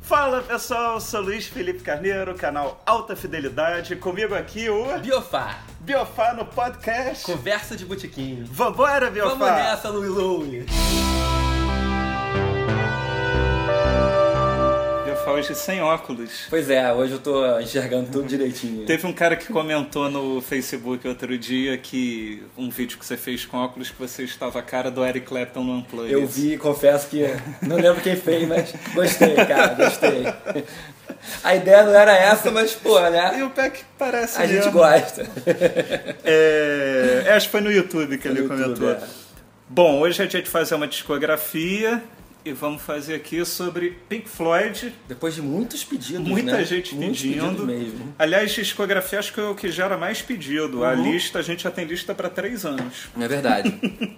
Fala pessoal, sou Luiz Felipe Carneiro, canal Alta Fidelidade. Comigo aqui o Biofá, Biofá no podcast. conversa de botiquinho. Vambora, Biofá! Vamos nessa, Luilu. Biofá hoje sem óculos. Pois é, hoje eu tô enxergando tudo direitinho. Teve um cara que comentou no Facebook outro dia que um vídeo que você fez com óculos que você estava a cara do Eric Clapton no Unplugged. Eu vi, confesso que não lembro quem fez, mas gostei, cara, gostei. A ideia não era essa, mas pô, E né? o Peck parece A gente mesmo. gosta. É, acho que foi no YouTube que Foi no ele YouTube, comentou. é. Bom, hoje a gente fazer uma discografia e vamos fazer aqui sobre Pink Floyd. Depois de muitos pedidos, Muita né? gente Muitos pedindo. pedidos mesmo. Aliás, discografia acho que é o que gera mais pedido. A Uhum. lista, a gente já tem lista para três anos. É verdade.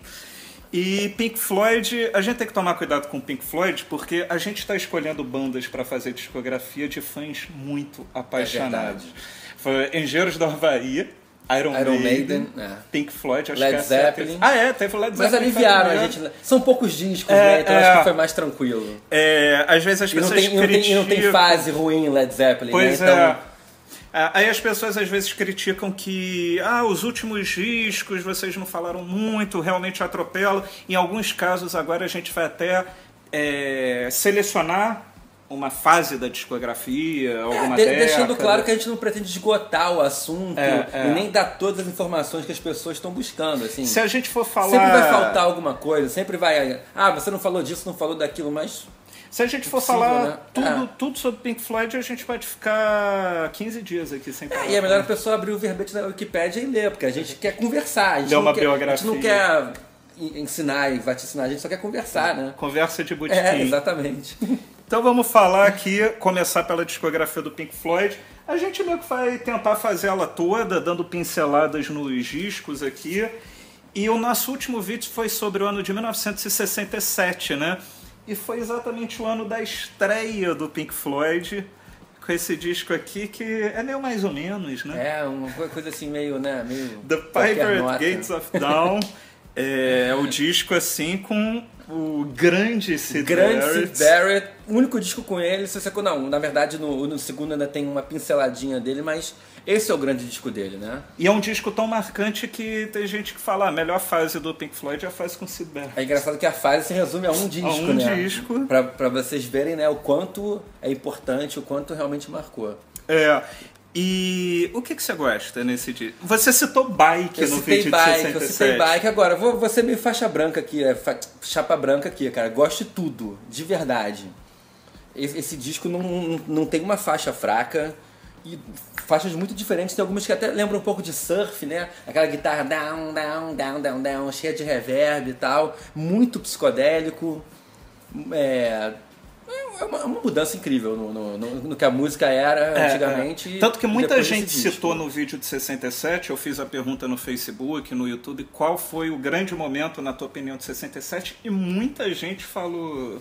E Pink Floyd, a gente tem que tomar cuidado com Pink Floyd, porque a gente está escolhendo bandas para fazer discografia de fãs muito É apaixonados. Foi Engenheiros da Havaí, Iron, Iron Maiden, Maiden, é. Pink Floyd, acho Led que essa é a Zeppelin. terceira. Ah, é, teve o Led Mas Zeppelin. aliviaram a também, né? gente. São poucos discos, É, né? Então acho é. que foi mais tranquilo. É, às vezes as E não, pessoas tem, e não tem- e não tem criticam- fase ruim em Led Zeppelin, Pois né? Então, é. Ah, Aí as pessoas às vezes criticam que ah, os últimos discos vocês não falaram muito, realmente atropelam. Em alguns casos agora a gente vai até eh, selecionar uma fase da discografia, alguma De- década. deixando claro que a gente não pretende esgotar o assunto É, é. e nem dar todas as informações que as pessoas estão buscando, assim. se a gente for falar, Sempre vai faltar alguma coisa, sempre vai. Ah, você não falou disso, não falou daquilo, mas. se a gente for Impossível, falar né? tudo, É. tudo sobre Pink Floyd, a gente pode ficar 15 dias aqui sem falar. É, e é melhor a pessoa abrir o verbete da Wikipédia e ler, porque a gente quer conversar. A gente, Ler não, uma quer, a gente não quer en- ensinar e vai te ensinar, a gente só quer conversar, né? Conversa de botiquim. É, exatamente. Então vamos falar aqui, começar pela discografia do Pink Floyd. A gente meio que vai tentar fazer ela toda, dando pinceladas nos discos aqui. E o nosso último vídeo foi sobre o ano de 1967, né? E foi exatamente o ano da estreia do Pink Floyd, com esse disco aqui que é meio mais ou menos, né? É, uma coisa assim meio, né? Meio. The qualquer Pirate nota. Gates of Dawn é o disco assim com o grande Sid Grande Barrett. Sid Barrett, o único disco com ele, se você não, na verdade no, no segundo ainda tem uma pinceladinha dele, mas esse é o grande disco dele, né? E é um disco tão marcante que tem gente que fala, "Ah, a melhor fase do Pink Floyd é a fase com Sid Barrett. É engraçado que a fase se resume a um disco, um né? disco. Pra, pra vocês verem, né, o quanto é importante, o quanto realmente marcou. É. E o que, que você gosta nesse disco? Você citou bike eu no citei vídeo bike, de eu 67. citei bike. Agora, vou, vou ser meio faixa branca aqui, é, fa- chapa branca aqui, cara. Gosto de tudo, de verdade. Esse, esse disco não, não, não tem uma faixa fraca. E faixas muito diferentes, tem algumas que até lembram um pouco de surf, né? Aquela guitarra down, down, down, down, down, cheia de reverb e tal. Muito psicodélico. É, é uma, é uma mudança incrível no, no, no- no que a música era É, antigamente. é. e Tanto que muita depois desse gente disco. citou no vídeo de 67, eu fiz a pergunta no Facebook, no YouTube, qual foi o grande momento, na tua opinião, de 67, e muita gente falou.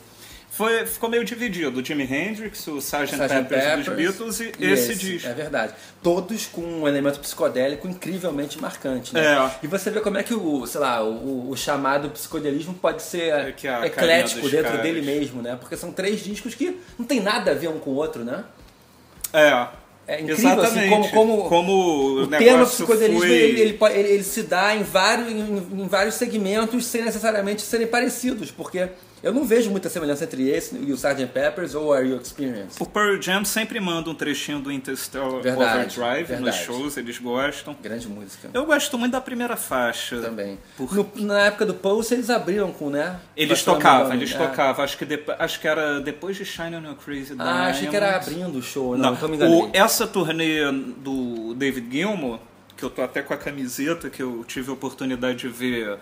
Foi, ficou meio dividido. O Jimi Hendrix, o Sgt. Sgt. Peppers, dos Beatles e, esse, disco. É verdade. Todos com um elemento psicodélico incrivelmente marcante, né? É. E você vê como é que o, sei lá, o, o chamado psicodelismo pode É ser que a carinha eclético dos dentro caras. dele mesmo, né? Porque são três discos que não tem nada a ver um com o outro, né? É. É incrível, assim, como- como- o, O termo negócio psicodelismo foi... ele, ele po- ele- ele se dá em vários, em, em vários segmentos sem necessariamente serem parecidos, porque eu não vejo muita semelhança entre esse e o Sgt. Peppers ou Are You Experienced. O Pearl Jam sempre manda um trechinho do Interstellar Verdade, Overdrive nos verdade. shows, eles gostam. Grande música. Eu gosto muito da primeira faixa. Também. Por- No- na época do Pulse eles abriram com, né? Eles Bastante tocavam, Lamborghini, eles é. tocavam. Acho que, depo- acho que era depois de Shine on Your Crazy Diamond. Ah, achei que era abrindo o show, não, né? É Não, então me o- enganei. essa turnê do David Gilmour, que eu tô até com a camiseta que eu tive a oportunidade de ver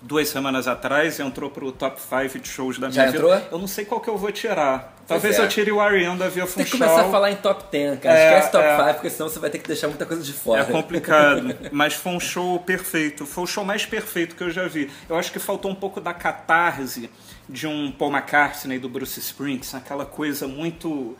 duas semanas atrás, entrou pro top 5 de shows da minha Já vida. entrou? Eu não sei qual que eu vou tirar. Talvez é. eu tire o Ariana da Via Tem que Funchal. começar a falar em top 10, cara. É, Esquece top é. 5, porque senão você vai ter que deixar muita coisa de fora. É complicado, mas foi um show perfeito. Foi o show mais perfeito que eu já vi. Eu acho que faltou um pouco da catarse de um Paul McCartney e do Bruce Springsteen, aquela coisa muito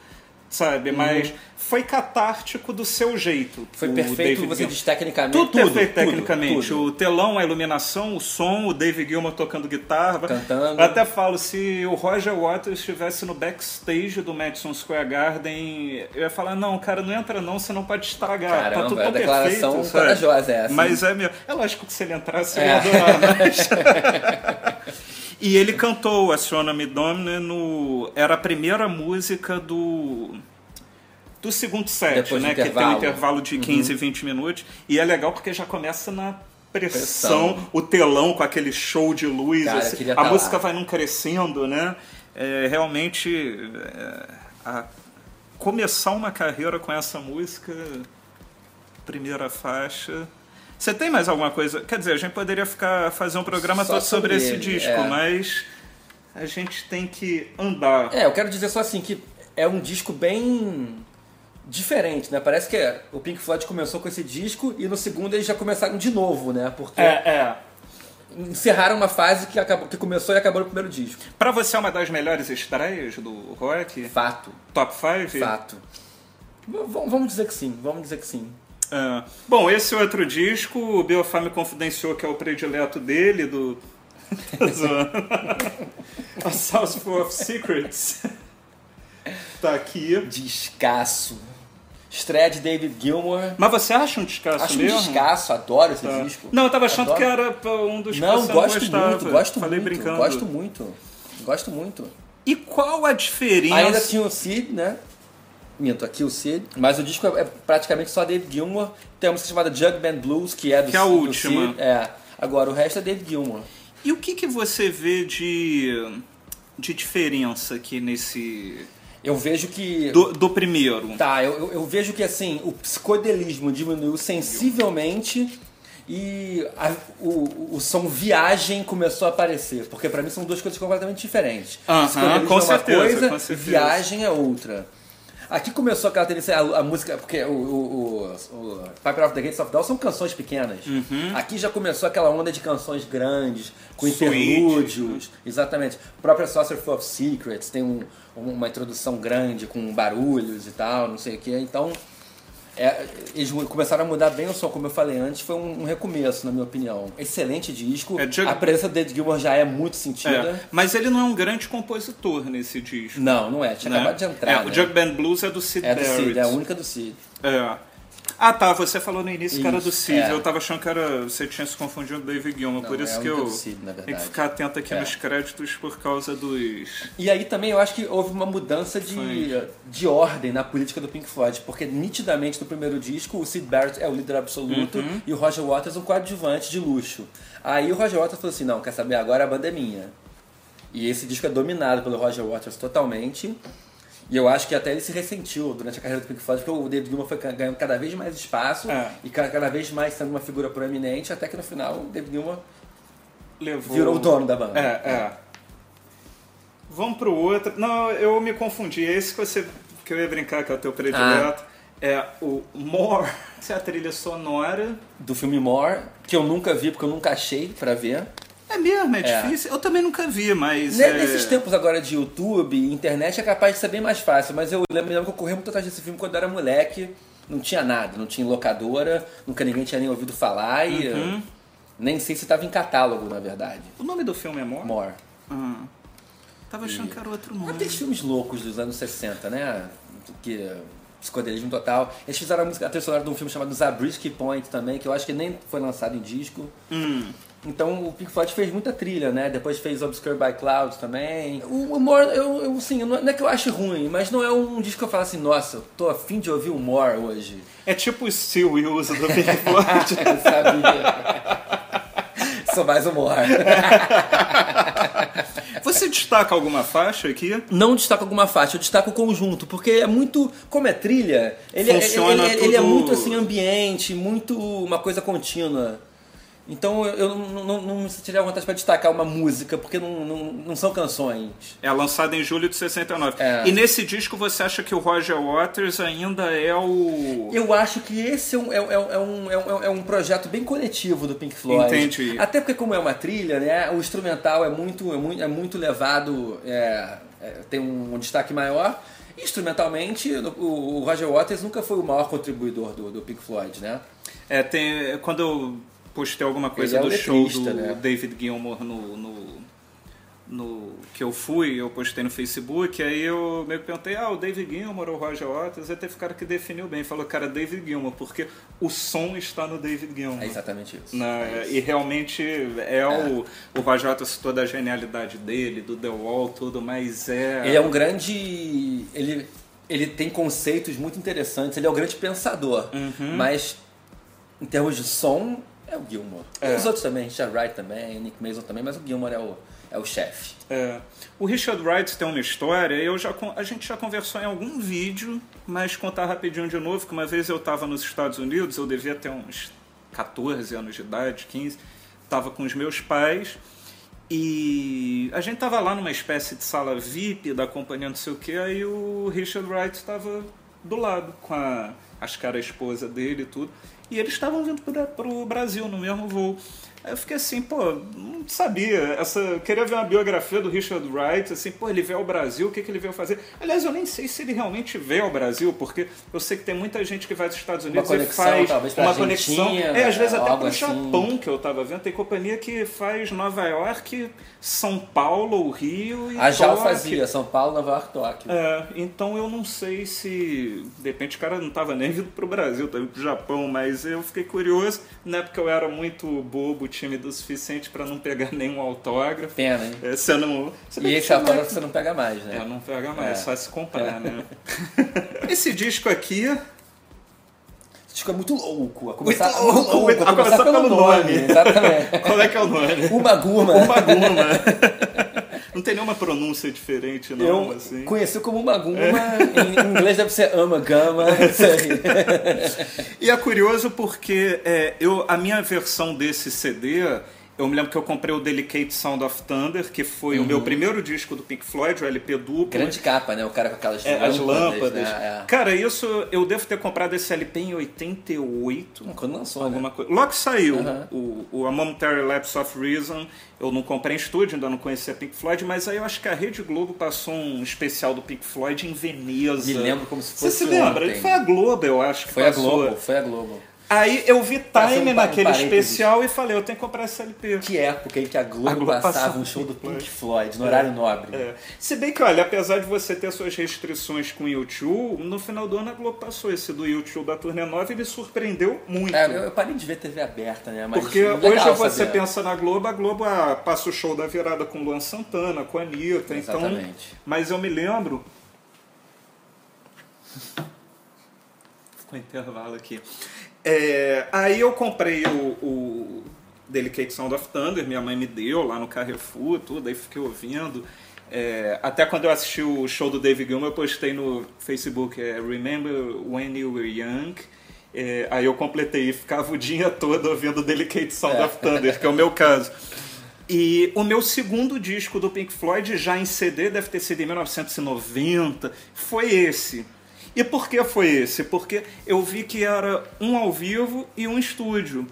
sabe? Mas foi catártico do seu jeito. Uhum. Foi o perfeito, David você Gilmour. diz tecnicamente. Tudo, perfeito tudo, é tecnicamente. tudo. O telão, a iluminação, o som, o David Gilmour tocando guitarra. Cantando. Eu até falo, se o Roger Waters estivesse no backstage do Madison Square Garden, eu ia falar, não, cara, não entra não, você não pode estragar. tá Caramba, tudo é tão uma declaração perfeito, sabe? corajosa essa. Mas é meu. É lógico que se ele entrasse, eu É. ia adorar, mas... E ele cantou Astronomy Domine no. Era a primeira música do. Do segundo set, Depois do né? Que tem um intervalo. Uhum. intervalo de 15, 20 minutos. E é legal porque já começa na pressão, Pressão. o telão com aquele show de luz. Cara, eu assim. queria A tá lá. música vai num crescendo, né? É, realmente. é, a- começar uma carreira com essa música, primeira faixa. Você tem mais alguma coisa? Quer dizer, a gente poderia ficar fazer um programa Só todo sobre, sobre esse ele, disco, é. mas a gente tem que andar. É, eu quero dizer só assim que é um disco bem diferente, né? Parece que é, o Pink Floyd começou com esse disco e no segundo eles já começaram de novo, né? Porque é. encerraram uma fase que, acabou, que começou e acabou no primeiro disco. Pra você é uma das melhores estreias do rock? Fato, Top 5? fato. V- v- vamos dizer que sim, vamos dizer que sim. É. Bom, esse outro disco, o Biofá me confidenciou que é o predileto dele, do. Tá zoando. A South of Secrets. tá aqui. Descasso. Estreia de David Gilmour. Mas você acha um descasso Acho um mesmo? descasso, adoro esse Tá. disco. Não, eu tava achando Adoro. que era um dos que Não, você gosto não gostava. muito, gosto Falei muito, brincando. gosto muito, gosto muito. E qual a diferença? Ainda tinha o Sid, né? Minto, aqui o Sid. Mas o disco é é praticamente só David Gilmour. Tem uma música chamada Jug Band Blues, que é do, Que é a do última. Sid. É. Agora, o resto é David Gilmour. E o que, que você vê de, de diferença aqui nesse. Eu vejo que... Do, do primeiro? Tá, eu, eu- eu vejo que, assim, o psicodelismo diminuiu sensivelmente e a- o, o som viagem começou a aparecer. Porque pra mim são duas coisas completamente diferentes. Aham, Psicodelismo com é uma certeza, coisa, com certeza. viagem é outra. Aqui começou aquela tendência, a, a música, porque o, o, o, o Piper of the Gates of Dawn são canções pequenas. Uhum. Aqui já começou aquela onda de canções grandes, com Suítes, interlúdios. Exatamente. O próprio Saucer Full of Secrets tem um- uma introdução grande com barulhos e tal, não sei o que. Então, é, eles mu- começaram a mudar bem o som, como eu falei antes. Foi um, um recomeço, na minha opinião. Excelente disco. É, Jug- A presença do David Gilmour já é muito sentida. É, Mas ele não é um grande compositor nesse disco. Não, não é. Tinha né? acabado de entrar. É, né? O Jug Band Blues é do Sid É do Cid, é a Barrett. única do Cid. É. Ah tá, você falou no início que era do Isso, Sid. é. Eu tava achando que era, você tinha se confundido com o David Gilmour, por é isso a que única eu do Sid, na tenho que verdade. ficar atento aqui É. nos créditos por causa dos. E aí também eu acho que houve uma mudança de, de ordem na política do Pink Floyd, porque nitidamente no primeiro disco o Sid Barrett é o líder absoluto Uhum. e o Roger Waters um coadjuvante de luxo. Aí o Roger Waters falou assim, não, quer saber, agora a banda é minha. E esse disco é dominado pelo Roger Waters totalmente. E eu acho que até ele se ressentiu durante a carreira do Pink Floyd, porque o David Gilmour foi ca- ganhando cada vez mais espaço É. e ca- cada vez mais sendo uma figura proeminente, até que no final o David Gilmour Levou... virou o dono da banda. É, é. Vamos pro outro. Não, eu me confundi. É Esse que você que eu ia brincar que é o teu predileto é o More. Essa é a trilha sonora. do filme More, que eu nunca vi porque eu nunca achei pra ver. É mesmo, é, É. difícil. Eu também nunca vi, mas Ne- é... Nesses tempos agora de YouTube, internet é capaz de ser bem mais fácil, mas eu lembro, lembro que eu corri muito atrás desse filme quando eu era moleque, não tinha nada, não tinha locadora, nunca ninguém tinha nem ouvido falar e eu nem sei se tava em catálogo, na verdade. O nome do filme é More? More. Ah. Tava achando que era outro nome. Aqueles filmes loucos dos anos 60, né? Que psicodelismo total. Eles fizeram a música a trilha sonora de um filme chamado Zabriskie Point também, que eu acho que nem foi lançado em disco. Hum. Então o Pink Floyd fez muita trilha, né? Depois fez Obscure by Clouds também. O o More, eu, eu assim, eu não não é que eu acho ruim, mas não é um disco que eu falo assim, nossa, eu tô afim de ouvir o More hoje. É, É tipo o Steel Wills do Pink Floyd. Sabe? Sou mais o More. você destaca alguma faixa aqui? Não destaco alguma faixa, eu destaco o conjunto, porque é muito. Como é trilha, ele, é- ele, Funciona ele- ele é tudo- muito assim, ambiente, muito uma coisa contínua. Então eu- eu não, não, não me sentiria à vontade pra destacar uma música, porque não, não, não são canções. É lançada em julho de 69. É. E nesse disco você acha que o Roger Waters ainda é o. Eu acho que esse é um, é, é- é um, é um, é um projeto bem coletivo do Pink Floyd. Entendi. Até porque como é uma trilha, né, o instrumental é muito, é muito, é muito levado, é, é, tem um destaque maior. Instrumentalmente, o o Roger Waters nunca foi o maior contribuidor do, do Pink Floyd, né? É, tem, quando eu postei alguma coisa Ele é do um show do letrista, né? David Gilmour no, no, no- que eu fui, eu postei no Facebook, aí eu meio que perguntei, ah, o David Gilmour ou o Roger Waters, aí teve cara que definiu bem, falou, cara, David Gilmour, porque o som está no David Gilmour. É exatamente isso. Né? e realmente é, o, o Roger Waters, toda a genialidade dele, do The Wall, tudo, mas é... Ele é um grande. Ele, ele tem conceitos muito interessantes, ele é um grande pensador. Uhum. Mas em termos de som, é o Gilmore. É. Os outros também, Richard Wright também, Nick Mason também, mas o Gilmore é o, é o chefe. É. O Richard Wright tem uma história, eu já, con- a gente já conversou em algum vídeo, mas contar rapidinho de novo, que uma vez eu estava nos Estados Unidos, eu devia ter uns 14 anos de idade, 15, estava com os meus pais, e a gente tava lá numa espécie de sala VIP da companhia não sei o que, aí o Richard Wright estava do lado, com a, acho que era a esposa dele e tudo, e eles estavam vindo para o Brasil no mesmo voo. Aí eu fiquei assim, pô, não sabia. Essa, eu queria ver uma biografia do Richard Wright, assim, pô, ele veio ao Brasil, o que, que ele veio fazer? Aliás, eu nem sei se ele realmente veio ao Brasil, porque eu sei que tem muita gente que vai dos Estados Unidos e conexão, faz talvez, pra uma Argentina, conexão. É, às vezes até algo pro assim. Japão, um que eu tava vendo, tem companhia que faz Nova York, São Paulo, Rio e A Jal Tóquio. fazia São Paulo, Nova York, Tóquio. É, então eu não sei se. De repente o cara não tava nem vindo pro Brasil, tava indo pro Japão, mas eu fiquei curioso, né? Porque eu era muito bobo, tímido o suficiente para não pegar nenhum autógrafo. Pena, hein? É, você não. Você E esse autógrafo você não pega mais, É, né? não pega mais, É. só se comprar, né? Esse disco aqui. Esse disco é muito louco. A começar, Muito louco, muito- a começar pelo nome. Exatamente. Qual é que é o nome? Uma Guma. Uma goma. Não tem nenhuma pronúncia diferente, não. Eu assim. conheci como uma guma, É. em inglês deve ser ama gama, isso aí. E é curioso porque é, eu, a minha versão desse CD, eu me lembro que eu comprei o Delicate Sound of Thunder, que foi Uhum. o meu primeiro disco do Pink Floyd, o LP duplo. Grande capa, né? O cara com aquelas É, as lâmpadas. né? É. Cara, isso eu devo ter comprado esse LP em 88. Hum, Quando lançou, né? Alguma coisa. Logo que saiu Aham. o, o A Momentary Lapse of Reason. Eu não comprei em estúdio, ainda não conhecia Pink Floyd, mas aí eu acho que a Rede Globo passou um especial do Pink Floyd em Veneza. Me lembro como se Você fosse se lembra? ontem. Foi a Globo, eu acho que Foi a passou. Globo, foi a Globo. Aí eu vi Passou time um pa- um naquele parênteses. especial e falei, eu tenho que comprar esse LP. Que época em que a Globo, A Globo passava passava um show do Pink Floyd, no horário nobre. É. Se bem que, olha, apesar de você ter suas restrições com o YouTube, no final do ano a Globo passou esse do YouTube da turnê 9 e me surpreendeu muito. É, eu, eu parei de ver TV aberta, né? Mas Porque legal hoje você saber. pensa na Globo, a Globo ah, passa o show da virada com Luan Santana, com a Anitta, então. Exatamente. Mas eu me lembro. Ficou intervalo aqui. É, aí eu comprei o, o Delicate Sound of Thunder, minha mãe me deu lá no Carrefour, tudo, aí fiquei ouvindo. É, até quando eu assisti o show do David Gilmour, eu postei no Facebook é, Remember When You Were Young. É, aí eu completei e ficava o dia todo ouvindo Delicate Sound of Thunder, que é o meu caso. E o meu segundo disco do Pink Floyd, já em CD, deve ter sido em 1990, foi esse. E por que foi esse? Porque eu vi que era um ao vivo e um estúdio.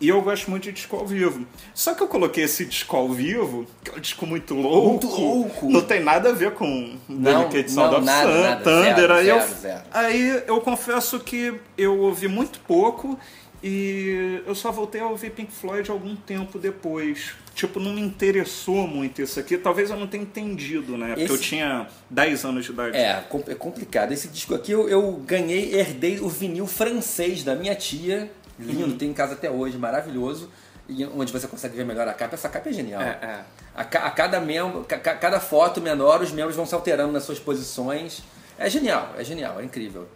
E eu gosto muito de disco ao vivo. Só que eu coloquei esse disco ao vivo, que é um disco muito louco. Muito louco. Não tem nada a ver com Não, Delicate não, Sound of nada, Sun, nada. Thunder. Zero, aí, eu, zero, zero. aí eu confesso que eu ouvi muito pouco e eu só voltei a ouvir Pink Floyd algum tempo depois. Tipo, não me interessou muito isso aqui. Talvez eu não tenha entendido, né? Porque eu Esse- tinha 10 anos de idade. É, com- é complicado. Esse disco aqui eu, eu ganhei, herdei o vinil francês da minha tia. Lindo, tem em casa até hoje, maravilhoso. E onde você consegue ver melhor a capa. Essa capa é genial. É, é. A, ca- a cada membro, ca- ca- cada foto menor, os membros vão se alterando nas suas posições. É genial, é genial, é incrível.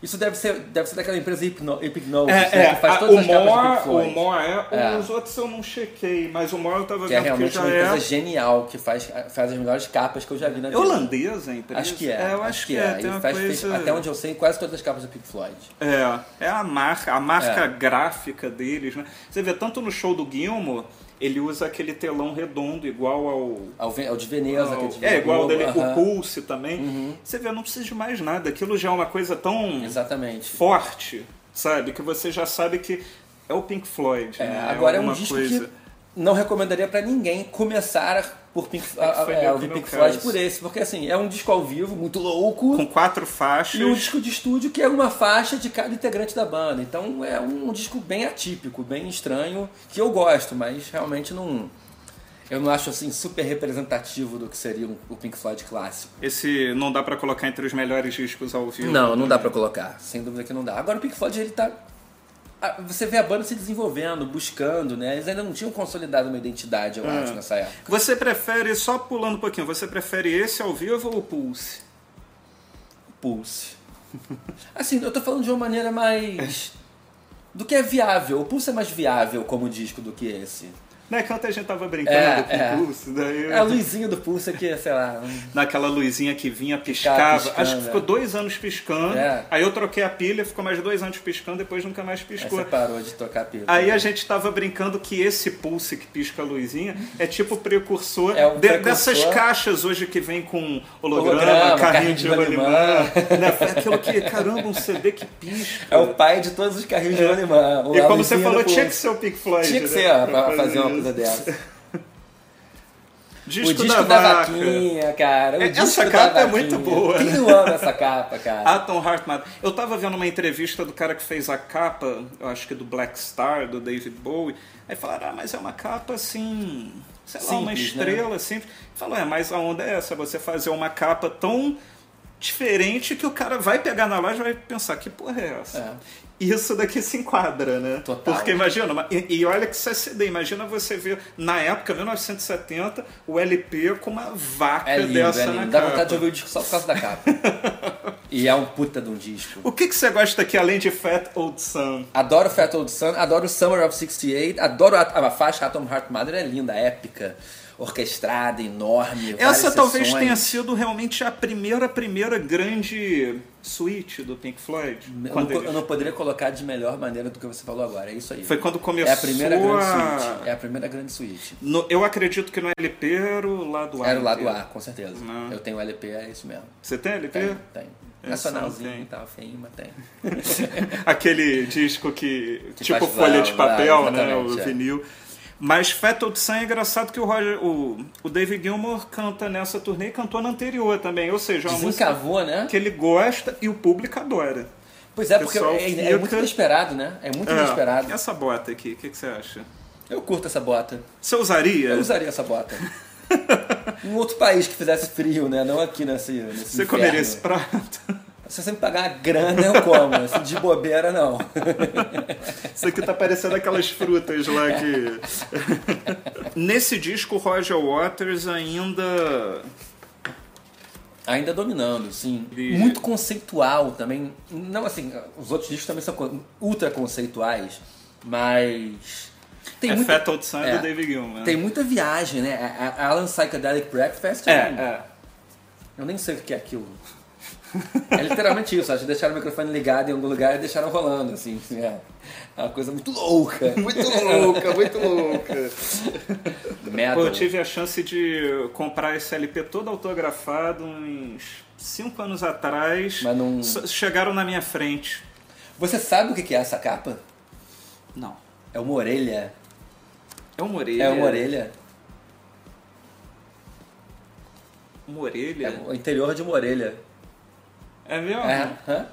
Isso deve ser, deve ser daquela empresa Hypno, Hypnosis, É, né, é, que faz a- todas o as capas do More, Pink Floyd. o More é, É. os outros eu não chequei, mas o More eu tava que é vendo que realmente já uma é. empresa genial, que faz, faz as melhores capas que eu já vi na É vida. holandesa a empresa? Acho que é. eu acho que é. Tem Ele uma faz- fez, coisa... até onde eu sei, quase todas as capas do Pink Floyd. É, é a marca, a marca É. gráfica deles, né? Você vê, tanto no show do Gilmour, ele usa aquele telão redondo, igual ao... Ao, Ven- ao de Veneza, que ao- é de é, igual ao dele, o aham. Uhum. Pulse também. Você vê, não precisa de mais nada. Aquilo já é uma coisa tão Exatamente. forte, sabe? Que você já sabe que é o Pink Floyd, É, né? agora é um alguma disco coisa. que não recomendaria pra ninguém começar por Pink, É que a- foi a- é, meio eu que vi meu Pink caso. Floyd por esse, porque assim, é um disco ao vivo muito louco Com quatro faixas. e um disco de estúdio que é uma faixa de cada integrante da banda. Então é um disco bem atípico, bem estranho, que eu gosto, mas realmente não eu não acho assim super representativo do que seria um- o Pink Floyd clássico. Esse não dá pra colocar entre os melhores discos ao vivo. Não, não dá pra colocar. Sem dúvida que não dá. Agora o Pink Floyd, ele tá... ah, Você vê a banda se desenvolvendo, buscando, né? Eles ainda não tinham consolidado uma identidade, eu Hum. acho, nessa época. Você prefere, só pulando um pouquinho, você prefere esse ao vivo ou o Pulse? Pulse. Assim, eu tô falando de uma maneira mais... Do que é viável. O Pulse é mais viável como disco do que esse. Né, que ontem a gente tava brincando É, com é. o Pulse, daí... É a luzinha do Pulse que, sei lá... um- Naquela luzinha que vinha, piscava. piscando, Acho que ficou é. dois anos piscando. É. Aí eu troquei a pilha, ficou mais dois anos piscando, depois nunca mais Aí piscou. você parou de tocar a pílula. Aí é- a gente tava brincando que esse pulse que pisca a luzinha é tipo o precursor, É um de- precursor. dessas caixas hoje que vem com holograma, Holograma, carrinho de rolimã. rolimã. Né? Foi Aquilo que, caramba, um CD que pisca. É o pai de todos os carrinhos de rolimã. É. E a como você luzinha do falou, tinha que Pulse. ser o Pink Floyd. Tinha que né? ser, ó, pra fazer uma isso. coisa dessa. Disco, o disco da, vaca. vaquinha, cara. O É, disco essa da capa é vaquinha. muito boa, Ah, Quem né? não ama essa capa, cara? Atom Hartman. Eu tava vendo uma entrevista do cara que fez a capa, eu acho que do Black Star, do David Bowie. Aí falaram, ah, mas é uma capa assim. Sei lá, uma Simples, né? estrela simples. Falou, é, mas a onda é essa, você fazer uma capa tão diferente que o cara vai pegar na loja e vai pensar, que porra é essa? Isso daqui se enquadra, né? Total. Porque imagina, uma- e, e olha que isso é CD, imagina você ver, na época, 1970, o LP com uma vaca é lindo, dessa é na lindo. Dá capa. vontade de ouvir o disco só por causa da capa. e é um puta de um disco. O que, que você gosta aqui além de Fat Old Sun? Adoro Fat Old Sun, adoro Summer of 68, adoro a, a faixa Atom Heart Mother, é linda, épica, orquestrada, enorme. várias Essa talvez sessões. tenha sido realmente a primeira, primeira grande suíte do Pink Floyd. Eu não, Quando co- eles- eu não poderia colocar de melhor maneira do que você falou agora, é isso aí. Foi quando começou É a primeira grande a- suíte. É a primeira grande suíte. No- eu acredito que no LP era o lado A. Era o lado inteiro. A, com certeza. Não. Eu tenho LP, é isso mesmo. Você tem LP? Tem, tem. Esse não Nacionalzinho tem. Então, e tal, feinho, mas tem. Aquele disco que. Que tipo faz folha lá, de lá, papel, né? O exatamente, é. vinil. Mas Fat Old Sun é engraçado que o, Roger, o, o David Gilmour canta nessa turnê e cantou na anterior também. Ou seja, é uma música Desencavou, né? que ele gosta e o público adora. Pois é, porque Pessoal é, é fica- muito inesperado, né? É muito É, inesperado. Essa bota aqui, o que, que você acha? Eu curto essa bota. Você usaria? Eu usaria essa bota. em outro país que fizesse frio, né? Não aqui nesse. nesse Você inferno. comeria esse prato? Se você me pagar uma grana, eu como. Assim, de bobeira, não. Isso aqui tá parecendo aquelas frutas lá que. Nesse disco, o Roger Waters ainda. Ainda dominando, sim. E- Muito conceitual também. Não, assim, os outros discos também são con- ultra conceituais, mas. Tem é muita- Fat Old Sun é. do David Gilmour. né? Tem muita viagem, né? A- a Alan Psychedelic Breakfast. É, eu, é. eu nem sei o que é aquilo. É literalmente isso, acho que deixaram o microfone ligado em algum lugar e deixaram rolando, assim. É uma coisa muito louca. Muito louca, muito louca. Pô, Metal. eu tive a chance de comprar esse LP todo autografado uns cinco anos atrás. Mas não- S- Chegaram na minha frente. Você sabe o que que é essa capa? Não. É uma orelha. É uma orelha. É uma orelha. Uma orelha? É o interior de uma orelha. É mesmo? É, hã?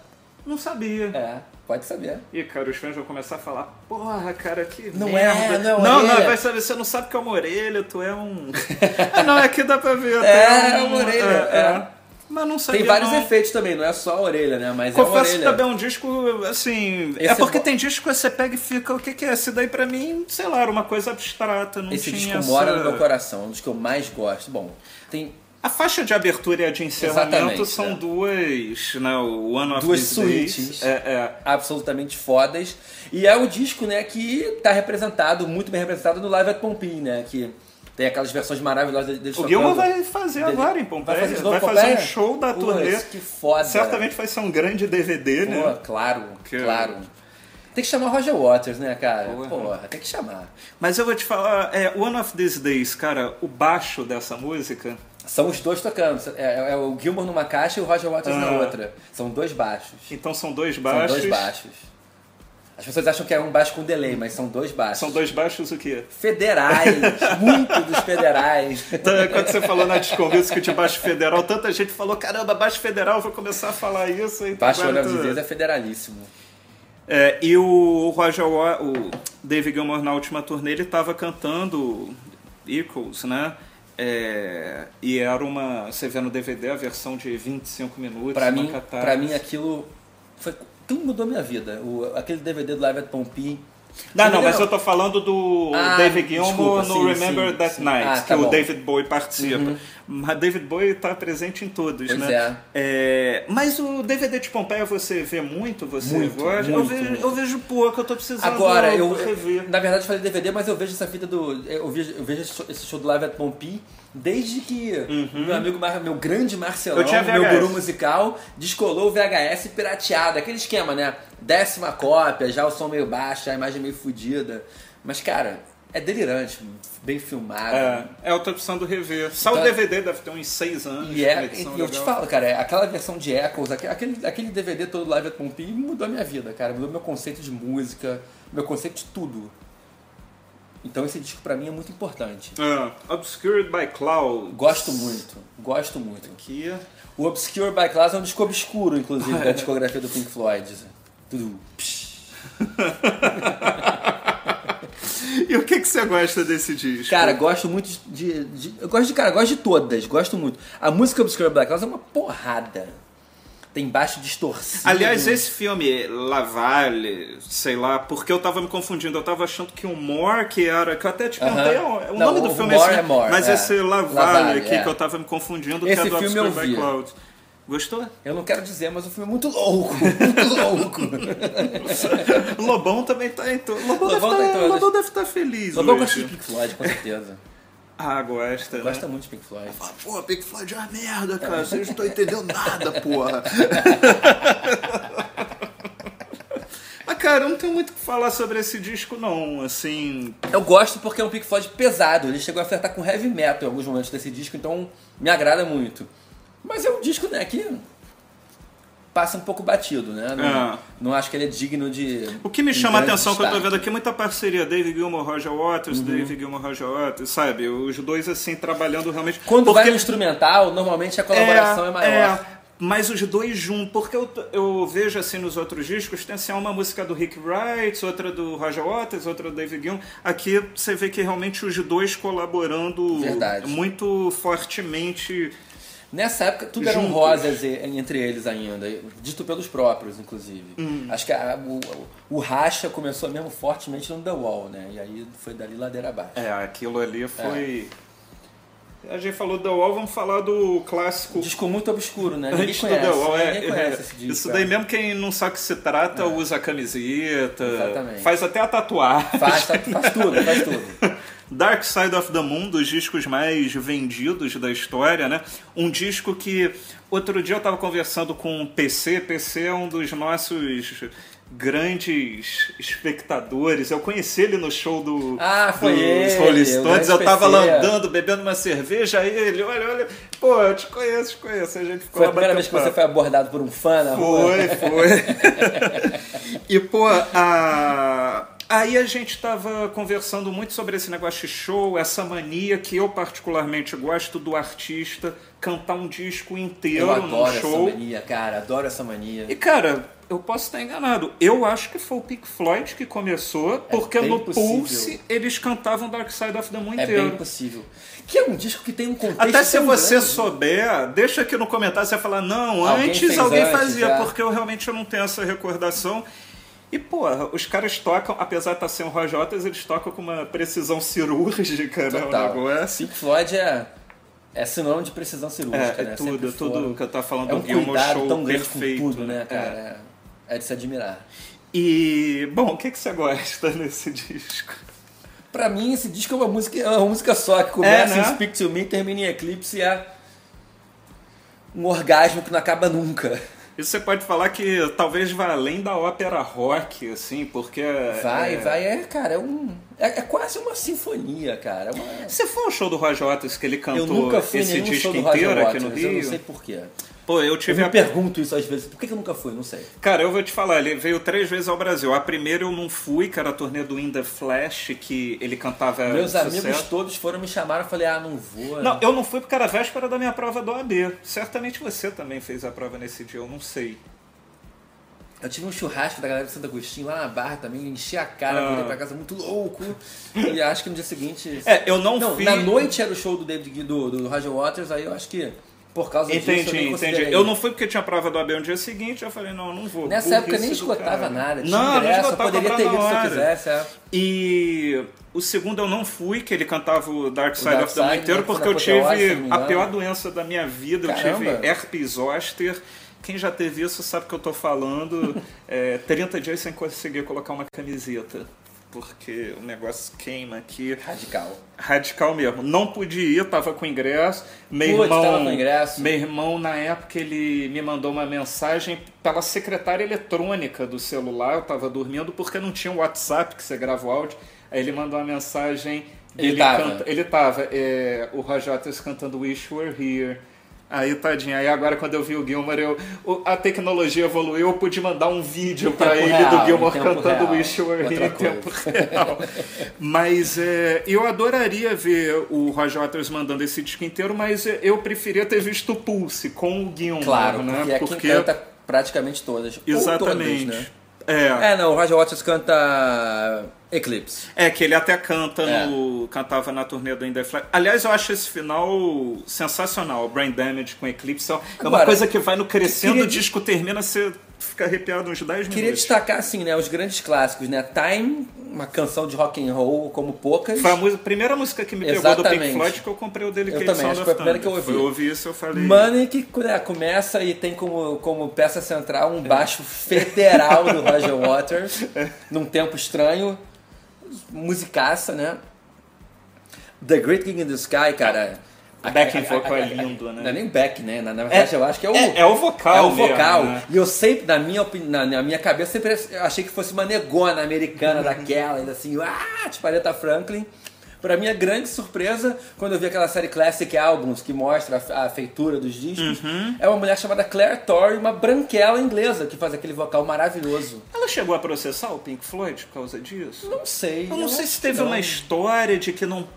Não sabia. é. Pode saber. Ih, cara, os fãs vão começar a falar, porra, cara, que Não merda. é, não é não, orelha. vai saber, você não sabe que é uma orelha, tu é um... ah, não, aqui dá pra ver. tu É, um- é uma orelha, é. Mas não sabia, Tem vários não. efeitos também, não é só a orelha, né? Mas é uma Confesso que orelha. também é um disco, assim... Esse é é porque bo- tem disco que você pega e fica, o que que é? Esse daí pra mim, sei lá, era uma coisa abstrata, não Esse tinha disco essa- mora no meu coração, é um dos que eu mais gosto. Bom, tem A faixa de abertura e a de encerramento Exatamente, são é. duas, né, o One of Duas These Days. suítes. É, é. absolutamente fodas. E é o disco, né, que tá representado, muito bem representado no Live at Pompeii, né? Que tem aquelas versões maravilhosas deles O Gilma tocando. vai fazer agora em Vai Pompeia. fazer, de novo, um Pompeia? show da Putz, turnê. que foda. Certamente vai ser um grande DVD, Pô, né? claro, Que- claro. Tem que chamar Roger Waters, né, cara? Porra. Porra, tem que chamar. Mas eu vou te falar, é, One of These Days, cara, o baixo dessa música. São os dois tocando. É, é o Gilmore numa caixa e o Roger Waters na Ah. outra. São dois baixos. Então são dois São baixos. dois baixos. As pessoas acham que é um baixo com delay, mas são dois baixos. São dois baixos o quê? Federais, muito dos federais. Então, quando você falou na Discovery que de baixo federal, tanta gente falou, caramba, baixo federal, vou começar a falar isso. Então, Baixo agora Olhos tu- de Deus é federalíssimo. É, e o Roger Wa- o David Gilmour na última turnê, ele tava cantando Equals, né? É, e era uma. Você vê no DVD a versão de 25 minutos. Pra uma mim, catarse. pra mim aquilo foi tudo mudou minha vida. O- aquele DVD do Live at Pompeii. Não, não, Entendeu? mas eu tô falando do Ah, David Gilmour desculpa, no sim, Remember sim, That sim. Night, Ah, tá que o bom. Uhum. David Bowie participa. Mas David Bowie tá presente em todos, Pois né? É, mas o DVD de Pompeia você vê muito, você Muito, gosta? eu, muito, vejo, muito. eu vejo pouco, eu tô precisando Agora, eu, rever. na verdade eu falei DVD, mas eu vejo essa fita do. Eu vejo, eu vejo esse show- esse show do Live at Pompeii desde que meu amigo, Mar- meu grande Marcelão, Uhum. Eu tinha meu VHS. guru musical, descolou o VHS pirateado. Aquele esquema, né? Décima cópia, já o som meio baixo, a imagem meio fodida. Mas, cara, é delirante, bem filmado. É, é outra opção do rever. Só o Então- DVD deve ter uns seis anos. E é, uma e edição eu te legal. falo, cara, é, aquela versão de Echoes, aque- aquele, aquele DVD todo Live at Pompeii mudou a minha vida, cara. Mudou meu conceito de música, meu conceito de tudo. Então esse disco pra mim é muito importante. É, Obscured by Cloud. Gosto muito, gosto muito. Aqui. O Obscure by Class é um disco obscuro, inclusive, da discografia do Pink Floyd. Tudo. psh. E o que, que você gosta desse disco? Cara, gosto muito de, de- Eu gosto de. Cara, gosto de todas, gosto muito. A música Obscure by Class é uma porrada. Tem baixo distorcido. Aliás, esse filme, Lavalle, sei lá, porque eu tava me confundindo, eu tava achando que o Moore, que era. Que eu até te Aham. perguntei, o- o Não, nome do o filme Moore esse, é Moore, Mas é. esse Lavalle Lavalle, aqui é. que eu tava me confundindo, Esse que é do filme eu Obscured by vi. Cloud. Gostou? Eu não quero dizer, mas o filme é muito louco. Muito louco. Lobão também tá em todo. Lobão, Lobão deve tá em tá, todas. Lobão deve estar feliz. Lobão hoje. gosta de Pink Floyd, com certeza. Ah, gosta. né? Gosta muito de Pink Floyd. Ah, Pô, Pink Floyd é uma merda, cara. Vocês não estão entendendo nada, porra. Mas, cara, eu não tenho muito o que falar sobre esse disco, não. Assim, Eu gosto porque é um Pink Floyd pesado. Ele chegou a flertar com heavy metal em alguns momentos desse disco, então me agrada muito. Mas é um disco, né, que passa um pouco batido, né? Não, É. não acho que ele é digno de... O que me de chama a grande atenção que eu tô destaque. Uhum. vendo aqui é muita parceria, David Gilmour, Roger Waters, David Gilmour, Roger Waters, sabe? Os dois assim trabalhando realmente. Quando vai Porque- no instrumental, normalmente a colaboração é, maior. é, mas os dois juntos, porque eu, eu vejo assim nos outros discos, tem assim uma música do Rick Wright, outra do Roger Waters, outra do David Gilmour. Aqui você vê que realmente os dois colaborando Verdade. muito fortemente. Nessa época, tudo eram Juntos. rosas e- entre eles ainda, dito pelos próprios, inclusive. Hum. Acho que a- o, o racha começou mesmo fortemente no The Wall, né? E aí foi dali ladeira abaixo. É, aquilo ali foi. É. A gente falou do The Wall, vamos falar do clássico Um Disco muito obscuro, né? Ninguém Antes do conhece, The Wall, é, ninguém conhece é, esse disco. Isso daí é. mesmo quem não sabe o que se trata, usa a camiseta, Exatamente. faz até a tatuagem. Faz, tá, faz tudo, faz tudo. Dark Side of the Moon, dos discos mais vendidos da história, né? Um disco que outro dia eu tava conversando com o PC, PC é um dos nossos grandes espectadores. Eu conheci ele no show do Ah, foi dos ele, Rolling o Stones. grande é. Eu tava lá PC. andando, bebendo uma cerveja, aí ele, olha, olha, pô, eu te conheço, te conheço. A gente ficou Foi a lá batendo primeira vez que papo. você foi abordado por um fã na rua. Foi, foi. e, pô, a... aí a gente tava conversando muito sobre esse negócio de show, essa mania que eu particularmente gosto do artista cantar um disco inteiro Eu num adoro show. essa mania, cara. Adoro essa mania. E, cara, eu posso estar enganado. Eu acho que foi o Pink Floyd que começou, porque É bem no possível. Pulse eles cantavam Dark Side of the Moon É inteiro. bem possível. Que é um disco que tem um contexto Até se tão você grande. souber, deixa aqui no comentário, você falar, não, Alguém antes fez alguém antes, fazia, é. porque eu realmente eu não tenho essa recordação. E, porra, os caras tocam, apesar de estar sem o Rajotas, eles tocam com uma precisão cirúrgica, né, o Total. negócio. Pink Floyd é, é sinônimo de precisão cirúrgica, É, é né? tudo, Sempre foram. tudo que eu tava falando É um do Gilmore cuidado Show tão grande perfeito. com tudo, né, cara? É. É. é de se admirar. E, bom, o que, que você gosta nesse disco? Pra mim, esse disco é uma música, é uma música só, que começa É, né? em Speak to Me, termina em Eclipse e é um orgasmo que não acaba nunca. Isso você pode falar que talvez vá além da ópera rock, assim, porque... Vai, é, vai, é, cara, é um. É, é quase uma sinfonia, cara. é uma- Você foi ao show do Roy Waters que ele cantou Eu nunca fui em esse nenhum disco show do Roger inteiro aqui Waters, no eu Rio? não sei porquê. Pô, eu Eu tive me a pergunto isso às vezes. Por que que eu nunca fui? Não sei. Cara, eu vou te falar, ele veio três vezes ao Brasil. A primeira eu não fui, que era a turnê do In The Flash, que ele cantava Meus amigos É, sucesso. todos foram me chamaram eu falei, ah, não vou. Não, eu não fui porque era a véspera da minha prova do AB. Certamente você também fez a prova nesse dia, eu não sei. Eu tive um churrasco da galera de Santo Agostinho lá na barra também, enchi a cara, Ah. voltei pra casa muito louco. e acho que no dia seguinte. É, eu não, Não, fui. na noite era o show do David Gui- do, do Roger Waters, aí eu acho que por causa disso. um eu Entendi, nem entendi. considerei. Eu não fui porque tinha prava do AB no dia seguinte, eu falei, não, não vou. Nessa Burrice época nem do esgotava cara. nada, tinha não, não ingresso, eu esgotava poderia comprava ter ido na se eu hora. quisesse. É. E o segundo eu não fui, que ele cantava o Dark Side Dark of the Moon Side, inteiro, né, que foi porque eu na Apoteose, se não tive me a engano. pior doença da minha vida, eu Caramba. tive herpes zoster. Quem já teve isso sabe o que eu tô falando. É, 30 dias sem conseguir colocar uma camiseta. Porque o negócio queima aqui. Radical. Radical mesmo. Não podia ir, tava com ingresso. Meu Putz, irmão, tava com ingresso. Meu irmão, na época, ele me mandou uma mensagem pela secretária eletrônica do celular. Eu tava dormindo porque não tinha um WhatsApp que você grava o áudio. Aí ele mandou uma mensagem. Ele tava. ele tava. é, o Rajatas cantando Wish We're Here. Aí, tadinho. Aí agora, quando eu vi o Gilmore, eu, o- a tecnologia evoluiu. Eu pude mandar um vídeo Em pra tempo ele real, do Gilmore em tempo cantando real. Wish You Were Here Outra em tempo real. Mas é, eu adoraria ver o Roger Waters mandando esse disco inteiro, mas é, eu preferia ter visto o Pulse com o Gilmore, Claro, porque né? é quem canta praticamente todas. Ou Exatamente. Todas, né? É. É, não, o Roger Waters canta Eclipse. É, que ele até canta É. no. cantava na turnê do In The Flash. Aliás, eu acho esse final sensacional. Brain Damage com Eclipse. É uma Agora, coisa que vai no crescendo, queria- o disco termina, você fica arrepiado uns 10 Queria minutos. destacar, assim, né, os grandes clássicos, né? Time, uma canção de rock and roll como poucas. Foi a mu- primeira música que me pegou do Pink Exatamente. Floyd que eu comprei o dele Eu que é também, Sound of acho que foi a primeira Thunder. que eu ouvi. Eu ouvi isso eu falei. Money que né, começa e tem como, como peça central um baixo federal do Roger Waters, num tempo estranho, musicaça, né? The Great King in the Sky, cara. O backing vocal é lindo, né? Não é nem back, né? Na, na verdade, eu acho que é o. É, é o vocal. É o mesmo, vocal. né? E eu sempre, na minha, opini- na, na minha cabeça, sempre eu achei que fosse uma negona americana daquela, ainda assim, ah, tipo Aretha Franklin. Pra minha grande surpresa, quando eu vi aquela série Classic Albums, que mostra a, a feitura dos discos, Uhum. é uma mulher chamada Claire Torrey, uma branquela inglesa, que faz aquele vocal maravilhoso. Ela chegou a processar o Pink Floyd por causa disso? Não sei. Eu não sei acho se que teve não. uma história de que não.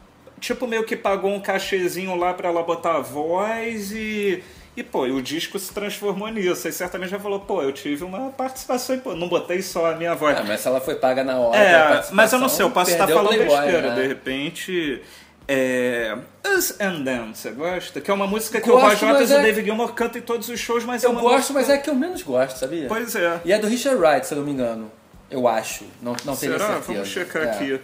Tipo, meio que pagou um cachezinho lá pra ela botar a voz e. E, pô, e o disco se transformou nisso. Aí certamente já falou, pô, eu tive uma participação, e, pô, não botei só a minha voz. Ah, mas se ela foi paga na hora. pela É, participação, mas eu não sei, eu posso estar perdeu o falando Playboy, besteira, né? de repente. É. Us and Dance, você gosta? Que é uma música que Gosto, o Roy Waters mas e é- o David Gilmour cantam em todos os shows, mas é Eu uma gosto, mas música- é a que eu menos gosto, sabia? Pois é. E é do Richard Wright, se eu não me engano. Eu acho. Não, não teria Será? certeza. Vamos checar É. aqui.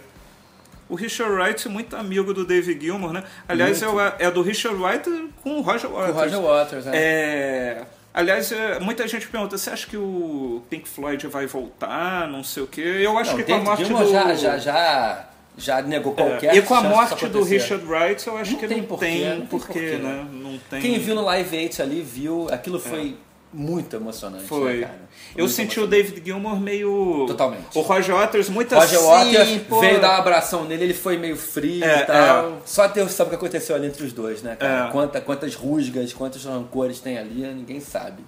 O Richard Wright é muito amigo do David Gilmour, né? Aliás, é, o- é do Richard Wright com o Roger O Waters. Roger Waters, né? É, Aliás, é, muita gente pergunta, você acha que o Pink Floyd vai voltar, não sei o quê? Eu acho Não, que com a David morte Gilmour do... já, já, já, já negou qualquer É, e com a chance disso morte do acontecer. Richard Wright, eu acho Não que tem não, porquê, tem não tem porquê, porquê. né? Não tem. Quem viu no Live 8 ali, viu. Aquilo foi muito emocionante, É. foi. né, cara? eu Muito senti o emocionante. David Gilmour meio. Totalmente. O Roger Waters muito Roger assim. Waters pô. veio dar um abração nele, ele foi meio frio É, e tal. Só Deus sabe o que aconteceu ali entre os dois, né, cara? É. Quanta- quantas rusgas, quantos rancores tem ali, ninguém sabe.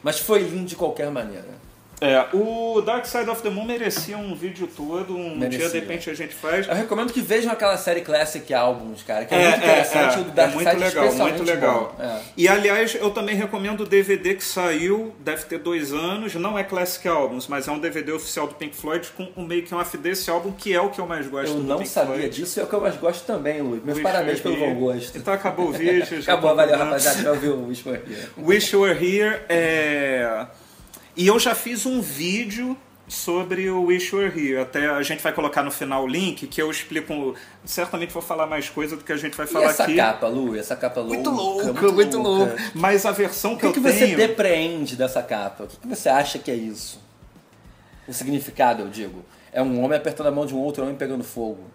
Mas foi lindo de qualquer maneira. É, o Dark Side of the Moon merecia um vídeo todo, um Merecia. É dia de repente a gente faz. Eu recomendo que vejam aquela série Classic Albums, cara, que é, É, muito é, interessante. é. o Dark É muito Side legal, especialmente muito legal. bom. É. E aliás, eu também recomendo o DVD que saiu, deve ter dois anos, não é Classic Albums, mas é um DVD oficial do Pink Floyd com o making off desse álbum, que é o que eu mais gosto Eu do não Pink sabia Floyd. disso e é o que eu mais gosto também, Luiz. Meus Wish parabéns We're pelo bom Here. gosto. Então acabou o vídeo. já tá Acabou, tô valeu, terminando. rapaziada. Já ouviu o Whisper aqui. Wish You Were Here é... E eu já fiz um vídeo sobre o Wish You Were Here. Até a gente vai colocar no final o link, que eu explico... Certamente vou falar mais coisa do que a gente vai E falar essa aqui. capa, Lu? Essa capa louca. Muito louco, muito, louca. Mas a versão O que, que, eu que você tenho... depreende dessa capa? O que, que você acha que é isso? O significado, eu digo. É um homem apertando a mão de um outro homem pegando fogo.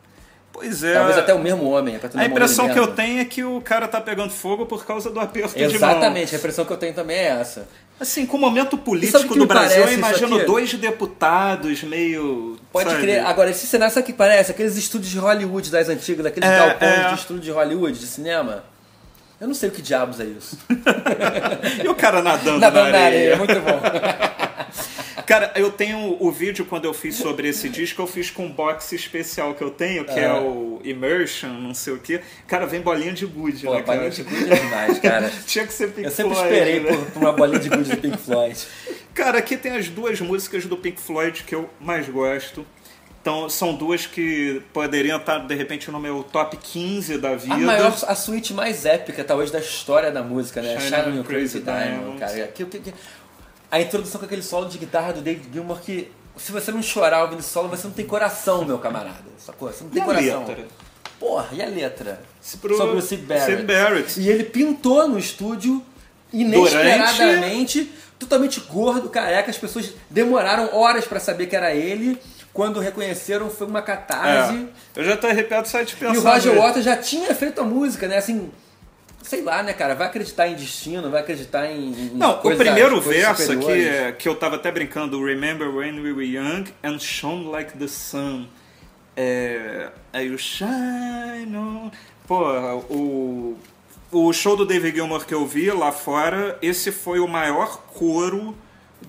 Pois é... Talvez até o mesmo homem apertando A a mão impressão dele que eu mesmo. tenho é que o cara tá pegando fogo por causa do aperto de mão. Exatamente, a impressão que eu tenho também é essa. Assim, com o momento Sabe o político que que do me Brasil, eu parece isso imagino aqui? dois deputados meio... Pode sabe? crer. Agora, esse cenário sabe o que parece? Aqueles estúdios de Hollywood das antigas, aqueles É, galpões é. de estúdio de Hollywood, de cinema. Eu não sei o que diabos é isso. E o cara nadando na, Nadando na areia. areia, muito bom. Cara, eu tenho o vídeo quando eu fiz sobre esse disco, eu fiz com um box especial que eu tenho, que é, Ah. o Immersion, não sei o quê. Cara, vem bolinha de gude, Pô, né, a cara? bolinha de gude é demais, cara. Tinha que ser Pink Eu sempre Floyd, esperei né? por, por uma bolinha de gude do Pink Floyd. Cara, aqui tem as duas músicas do Pink Floyd que eu mais gosto. Então, são duas que poderiam estar, de repente, no meu top 15 da vida. A maior, a suíte mais épica, talvez, da história da música, né? Shining Shining on Your Crazy Crazy Diamond. Diamond, cara. Que- que- que- A introdução com aquele solo de guitarra do David Gilmour que, se você não chorar ouvindo esse solo, você não tem coração, meu camarada. Sacou? Você não tem E a coração. letra? Porra, e a letra? Se pro- Sobre o Sid Barrett. Sid Barrett. E ele pintou no estúdio, inesperadamente, totalmente gordo, careca. As pessoas demoraram horas pra saber que era ele. Quando reconheceram, foi uma catarse. É. Eu já tô arrepiado só de pensar. E o Roger nele. Waters já tinha feito a música, né? Assim, sei lá, né, cara? Vai acreditar em destino, vai acreditar em. em Não, coisas- o primeiro coisas verso aqui, superiores. é- que eu tava até brincando, Remember when we were young and shone like the sun. É, aí o shine on... Pô, o, o show do David Gilmour que eu vi lá fora, esse foi o maior coro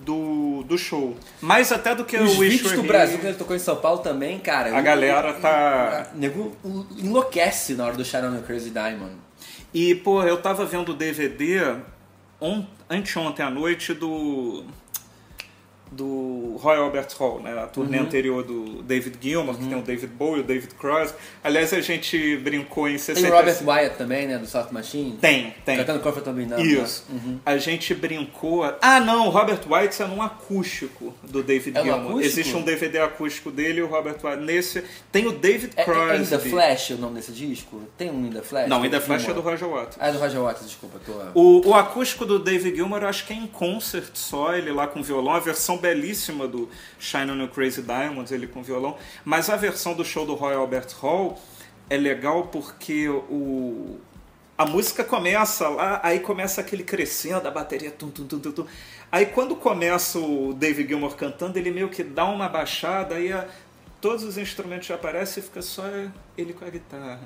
do, do show. Mais até do que Os é o Wish vídeos Were do Here. Brasil que ele tocou em São Paulo também, cara. A o- galera tá... O nego enlouquece na hora do Sharon and Crazy Diamond. E, pô, eu tava vendo o DVD on, anteontem à noite do do Royal Albert Hall, né? A turnê Uhum. anterior do David Gilmour, que tem o David Bowie, o David Crosby. Aliás, a gente brincou em Tem 60... o Robert Wyatt também, né? Do Soft Machine. assim. Tem, tem. Cantando né? Uhum. Comfort também, não. Isso. A gente brincou. Ah, não, o Robert White é num acústico do David É um Gilmour. acústico? Existe um DVD acústico dele e o Robert White. Nesse tem o David É, é In Crosby. The Flash o nome desse disco? Tem um In The Flash? Não, ainda Flash é do Gilmore. Roger Waters. Ah, é do Roger Waters, desculpa. Tô... O, o acústico do David Gilmour, eu acho que é em concert só, ele lá com violão, a versão belíssima do Shine on Your Crazy Diamonds, ele com violão, mas a versão do show do Royal Albert Hall é legal porque o a música começa lá, aí começa aquele crescendo, a bateria tum tum tum tum. tum. Aí quando começa o David Gilmour cantando, ele meio que dá uma baixada, aí a- todos os instrumentos já aparecem e fica só ele com a guitarra.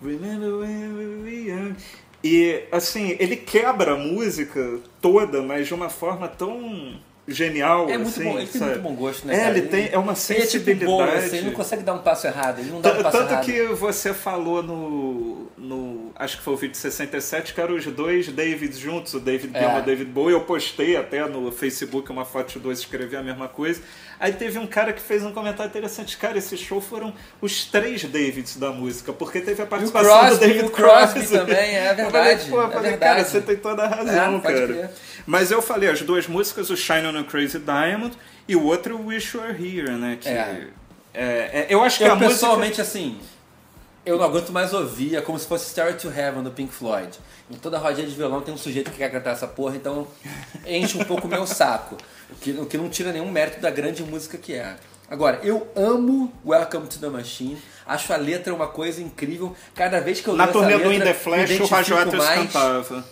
Remember when we were young. E assim, ele quebra a música toda, mas de uma forma tão genial. É muito assim, bom, ele tem sabe? muito bom gosto, né? É, cara? ele tem é uma ele é tipo sensibilidade. bom, assim, ele não consegue dar um passo errado, ele não dá um Tan- passo Tanto errado. que você falou no, no. Acho que foi o vídeo 67, que eram os dois Davids juntos, o David É. Gilmour e o David Bowie. Eu postei até no Facebook uma foto de dois escrevi a mesma coisa. Aí teve um cara que fez um comentário interessante. Cara, esse show foram os três Davids da música, porque teve a participação do Crosby, David o Crosby também, é Eu verdade, Falei, é Pô, falei, cara, verdade. você tem toda a razão, É, pode cara. crer. Mas eu falei, as duas músicas, o Shine on a Crazy Diamond e o outro, o Wish You Were Here, né? Que, É. é, é, eu acho que a Eu música... pessoalmente, assim, eu não aguento mais ouvir, é como se fosse Stairway to Heaven do Pink Floyd. Em toda rodinha de violão tem um sujeito que quer cantar essa porra, então enche um pouco o meu saco. O que, o que não tira nenhum mérito da grande música que é. Agora, eu amo Welcome to the Machine, acho a letra uma coisa incrível. Cada vez que eu Na leio essa turnê do In The letra, me Flash, o é identifico Roger Waters mais. cantava.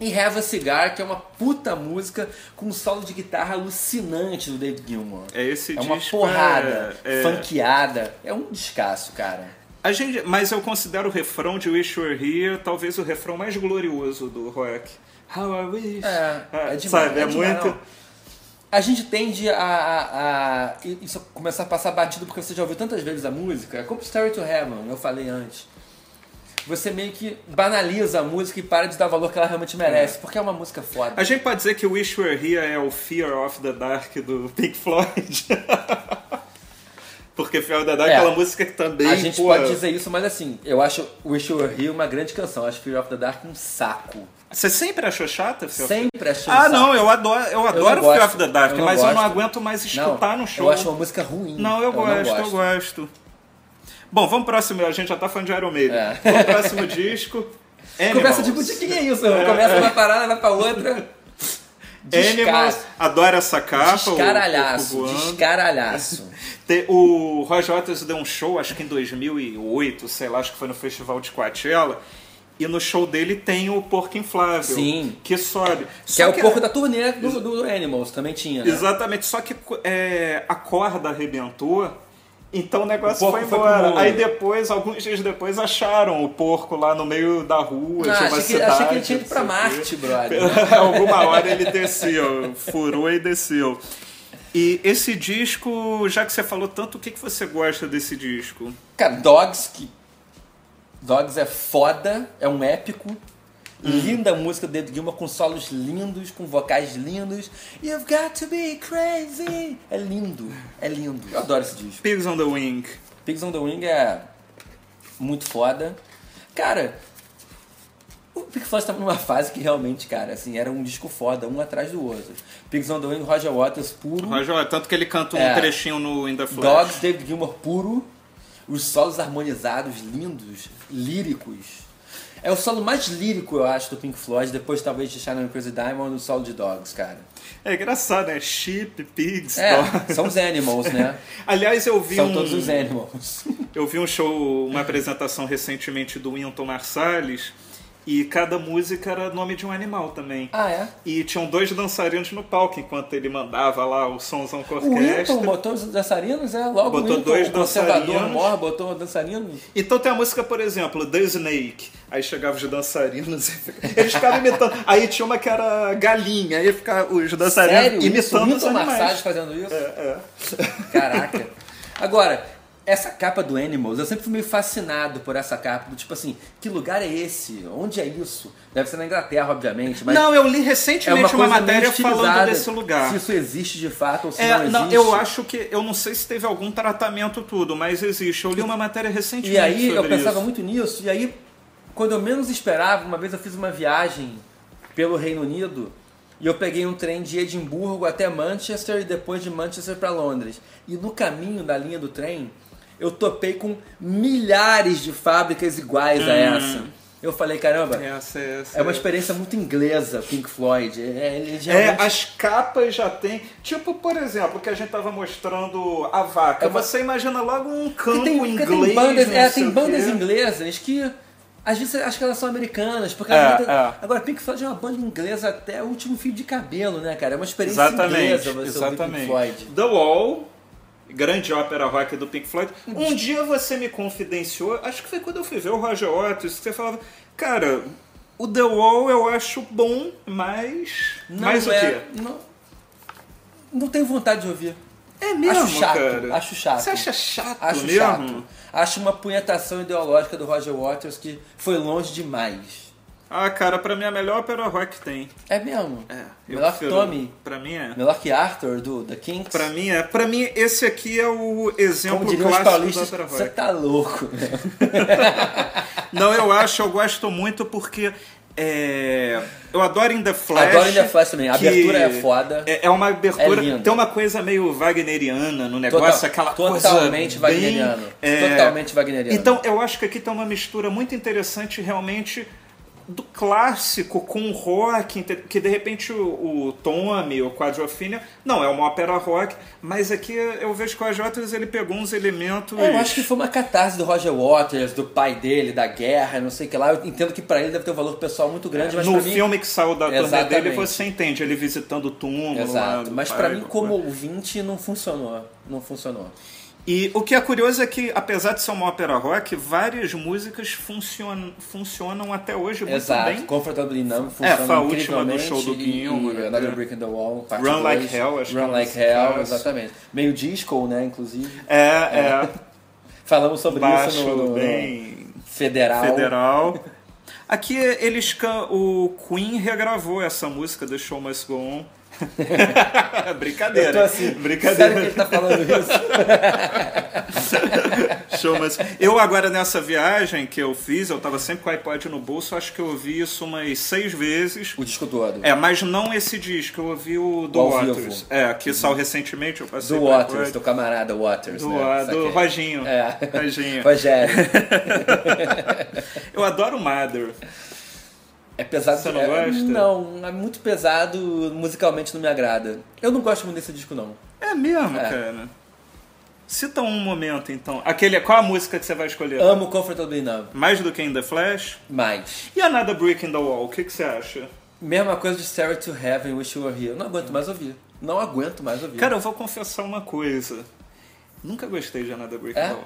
E Have a Cigar, que é uma puta música com um solo de guitarra alucinante do David Gilmour. É esse uma disco, porrada, é- é. funkeada. É um descasso, cara. A gente, mas eu considero o refrão de Wish You Were Here talvez o refrão mais glorioso do rock. How I wish. É, é demais, Sabe, é, é demais, muito. não. A gente tende a, a- a- isso começar a passar batido porque você já ouviu tantas vezes a música. É como Story to Heaven, eu falei antes. Você meio que banaliza a música e para de dar valor que ela realmente merece, porque é uma música foda. A gente pode dizer que Wish You Were Here é o Fear of the Dark do Pink Floyd. Porque Fear of the Dark é É. aquela música que também. A gente pô, é. pode dizer isso, mas assim, eu acho Wish You Were Here uma grande canção. Eu acho Fear of the Dark um saco. Você sempre achou chata, Fear of the Sempre achei um Ah, saco. não, eu adoro, eu adoro gosto. Fear of the Dark, Eu não mas eu não gosto. aguento mais Não, escutar no show. Eu acho uma música ruim. Não, eu, gosto, não eu gosto. Bom, vamos pro próximo. A gente já tá falando de Iron Maiden. É. Vamos pro próximo disco. Animals. Começa tipo, de quem é isso? Começa uma parada, vai pra outra. Animals. Descasso. Adoro essa capa. o Descaralhaço, corpo voando. descaralhaço. Te- O Roger Waters deu um show, acho que em 2008, sei lá, acho que foi no Festival de Coachella. E no show dele tem o Porco Inflável. Sim. Que sobe. Que Só é o corpo da turnê do, do Animals, também tinha. Né? Exatamente, só que é, a corda arrebentou Então o negócio O porco foi foi pro embora. mundo. Aí depois, alguns dias depois, acharam o porco lá no meio da rua Ah, de uma achei, que, cidade. achei que ele tinha ido pra não sei o quê. Marte, brother. Alguma hora ele desceu, furou e desceu. E esse disco, já que você falou tanto, o que, que você gosta desse disco? Cara, Dogs, que. Dogs é foda, é um épico. Hum. Linda música do David Gilmour com solos lindos, com vocais lindos. You've got to be crazy! É lindo, é lindo. Eu adoro esse disco. Pigs on the Wing. Pigs on the Wing é muito foda. Cara, o Pink Floyd estava numa fase que realmente, cara, assim, era um disco foda, um atrás do outro. Pigs on the Wing, Roger Waters puro. Roger, ó, tanto que ele canta um É. trechinho no In the Flash. Dogs, David Gilmour puro, os solos harmonizados, lindos, líricos. É o solo mais lírico, eu acho, do Pink Floyd, depois talvez de Shining Crazy Diamond, o solo de Dogs, cara. É engraçado, né? Sheep, Pigs, Dogs. É, são os Animals, né? Aliás, eu vi São um... todos os Animals. Eu vi um show, uma apresentação recentemente do Wynton Marsalis e cada música era nome de um animal também. Ah, é? E tinham dois dançarinos no palco enquanto ele mandava lá o somzão com a O orquestra. Wilton botou os dançarinos, é? Logo Botou o Wilton, dois o conservador dançarinos. mor, botou um dançarinos. Então tem a música, por exemplo, The Snake. Aí chegavam os dançarinos e fica- eles ficavam imitando. Aí tinha uma que era galinha, aí ficava os dançarinos Sério? Isso? O imitando os Wilton animais. Marsage fazendo isso? É, é. Caraca. Agora, essa capa do Animals, eu sempre fui meio fascinado por essa capa. do Tipo assim, que lugar é esse? Onde é isso? Deve ser na Inglaterra, obviamente, mas Não, eu li é recentemente uma uma, coisa meio matéria falando estilizada. desse lugar. Se isso existe de fato ou se É, não existe. não, eu acho que. Eu não sei se teve algum tratamento tudo, mas existe. Eu li uma matéria recentemente. E aí eu sobre pensava isso. muito nisso, e aí, quando eu menos esperava, uma vez eu fiz uma viagem pelo Reino Unido e eu peguei um trem de Edimburgo até Manchester e depois de Manchester para Londres. E no caminho da linha do trem, eu topei com milhares de fábricas iguais a Hum. essa. Eu falei, caramba, Essa, essa, é uma experiência muito inglesa, Pink Floyd. É, eles É, realmente- as capas já tem. Tipo, por exemplo, que a gente tava mostrando a vaca. É uma- Você imagina logo um Porque campo tem, porque inglês. tem bandas, não é, sei tem o bandas quê. inglesas que às vezes você acha que elas são americanas, porque É, a gente- é. agora Pink Floyd é uma banda inglesa até o último fio de cabelo, né, cara? É uma experiência inglesa você ouvir Pink Floyd. The Wall, grande ópera rock do Pink Floyd. Um dia você me confidenciou, acho que foi quando eu fui ver o Roger Waters, que você falava, cara, o The Wall eu acho bom, mas... Não mas é, o quê? Não, não tenho vontade de ouvir. É acho chato, acho chato. Você acha chato Acho mesmo? chato. Acho uma punhetação ideológica do Roger Waters que foi longe demais. Ah, cara, pra mim é a melhor ópera rock que tem. É mesmo. É, eu melhor que prefiro. Tommy, Pra mim é. melhor que Arthur do The Kinks. Pra mim é. Pra mim, esse aqui é o exemplo Como diriam os clássico da paulistas, ópera você rock. tá louco. né? Não, eu acho, eu gosto muito porque. é, eu adoro In The Flash. Adoro In The Flash também. A que abertura é foda. É, é uma abertura. É lindo. tem uma coisa meio wagneriana no negócio, Total- aquela coisa. totalmente bem, wagneriano. é, Totalmente wagneriano. Então, eu acho que aqui tem uma mistura muito interessante, realmente. Do clássico com o rock, inte- que de repente o, o Tommy, o Quadrophenia, não, é uma ópera rock, mas aqui eu vejo que o AJ ele pegou uns elementos. É, eu acho que foi uma catarse do Roger Waters, do pai dele, da guerra, não sei o que lá. Eu entendo que pra ele deve ter um valor pessoal muito grande, mas É, no pra mim. filme que saiu da turnê Exatamente. dele, você entende ele visitando o túmulo. lá Exato, do mas pai, pra mim, do como pai. ouvinte, não funcionou. Não funcionou. E o que é curioso é que, apesar de ser uma ópera rock, várias músicas funcionam, funcionam até hoje muito Exato, bem. Comfortably Numb É, funciona foi a última do incrivelmente, show do e- Gilmour, e né? Another Brick in the Wall, parte Run Like dois, Hell, acho que é Run uma Like das Hell, caras. exatamente. Meio disco, né, inclusive. É, é. Falamos sobre Baixo, isso no, no- bem no Federal. federal. Aqui eles can... o Queen regravou essa música, The Show Must Go On. Eu tô Brincadeira. assim, Brincadeira. Sério que ele tá falando isso? Show, mas eu agora nessa viagem que eu fiz, eu tava sempre com o iPod no bolso, acho que eu ouvi isso umas seis vezes. o disco todo. É, mas não esse disco, eu ouvi o do ao vivo. Waters. É, que saiu recentemente, eu passei Do pro iPod. Waters, do camarada Waters, Do, né? ah, do Saquei. Roginho. É. Roginho. Rogério. Eu adoro Mother. É pesado. Você não é, gosta? Não, é muito pesado, musicalmente não me agrada. Eu não gosto muito desse disco, não. É mesmo, É. cara. Cita um momento, então. Aquele, qual a música que você vai escolher? Amo Comfortably Numb, Mais do que In The Flash? mas... E Another Brick in the Wall, o que, que você acha? Mesma coisa de Sarah to Heaven, Wish You Were Here. Eu não aguento mais ouvir. Não aguento mais ouvir. Cara, eu vou confessar uma coisa. Nunca gostei de nada Brick É? Wall.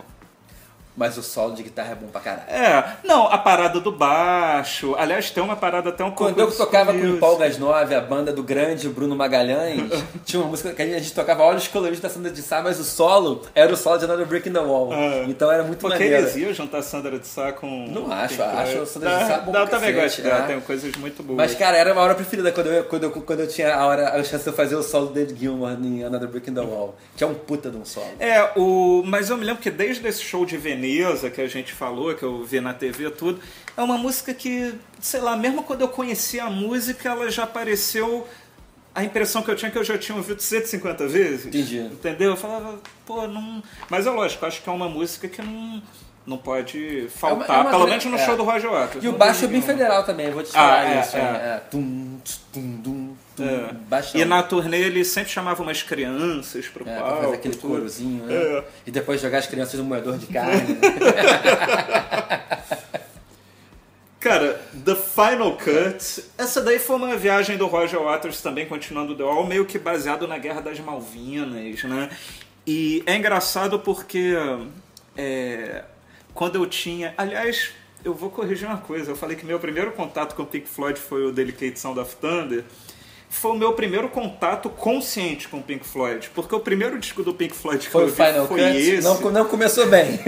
Mas o solo de guitarra é bom pra caralho. É, não, a parada do baixo. Aliás, tem uma parada até um Quando eu concurso tocava com music. o Palgas 9, a banda do grande Bruno Magalhães, tinha uma música que a gente, a gente tocava Olhos Coloridos da Sandra de Sá, mas o solo era o solo de Another Brick in the Wall. Ah. Então era muito Pô, que maneiro. eles iam juntar Sandra de Sá com. Não acho, Pink acho Floyd. a Sandra de Sá Dá- bom dá, Eu pra também gosto cacete, dela, é. tem coisas muito boas. Mas, cara, era uma hora preferida quando eu, quando eu, quando eu tinha a, hora, a chance de eu fazer o solo do David Gilmour em Another Brick in the Wall, que é um puta de um solo. É, o... mas eu me lembro que desde esse show de Veneza que a gente falou, que eu vi na TV tudo, é uma música que, sei lá, mesmo quando eu conheci a música, ela já apareceu. A impressão que eu tinha é que eu já tinha ouvido 150 vezes. Entendi. Entendeu? Eu falava, pô, não. Mas é lógico, acho que é uma música que não, não pode faltar, é uma pelo gran- menos no é. show do Roger Waters. E o Não baixo é tem bem nenhuma. federal também, vou te falar Ah, é, isso. é. né? É, Tum, tss, tum, dum, tum, É. baixão. E na turnê ele sempre chamava umas crianças pro É, pra palco. fazer aquele tudo. corozinho, né? É. E depois jogar as crianças no moedor de carne. Cara, The Final Cut. Essa daí foi uma viagem do Roger Waters também, continuando The Wall, meio que baseado na Guerra das Malvinas, né? E é engraçado porque é, quando eu tinha. Aliás, eu vou corrigir uma coisa. Eu falei que meu primeiro contato com o Pink Floyd foi o Delicate Sound of Thunder. Foi o meu primeiro contato consciente com o Pink Floyd. Porque o primeiro disco do Pink Floyd que Foi eu o vi Final foi Cut. esse. Não, não começou bem.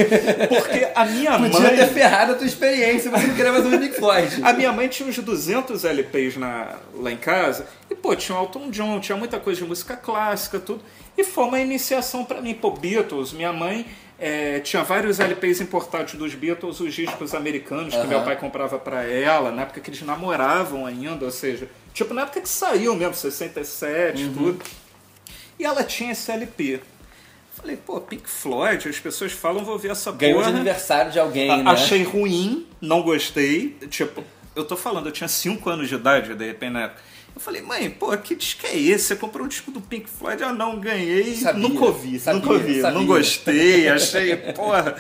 Porque a minha mãe. Podia ter ferrado a tua experiência, mas não queria mais ouvir Pink Floyd. A minha mãe tinha uns 200 LPs na- lá em casa. E, pô, tinha o Elton John, tinha muita coisa de música clássica, tudo. E foi uma iniciação pra mim. Pô, Beatles, minha mãe eh, tinha vários LPs importados dos Beatles, os discos americanos que Aham. meu pai comprava pra ela, na época que eles namoravam ainda, ou seja, tipo, na época que saiu mesmo, 67, Uhum. tudo. E ela tinha esse LP. Falei, pô, Pink Floyd, as pessoas falam, vou ver essa Ganhou de porra. aniversário de alguém, né? Achei ruim, não gostei. Tipo, eu tô falando, eu tinha 5 anos de idade, de repente, na época. Eu falei, mãe, pô, que disco é esse? Você comprou um disco do Pink Floyd? Ah, não, ganhei. Sabia, nunca ouvi, sabia, nunca ouvi. sabia. Não gostei, achei, porra.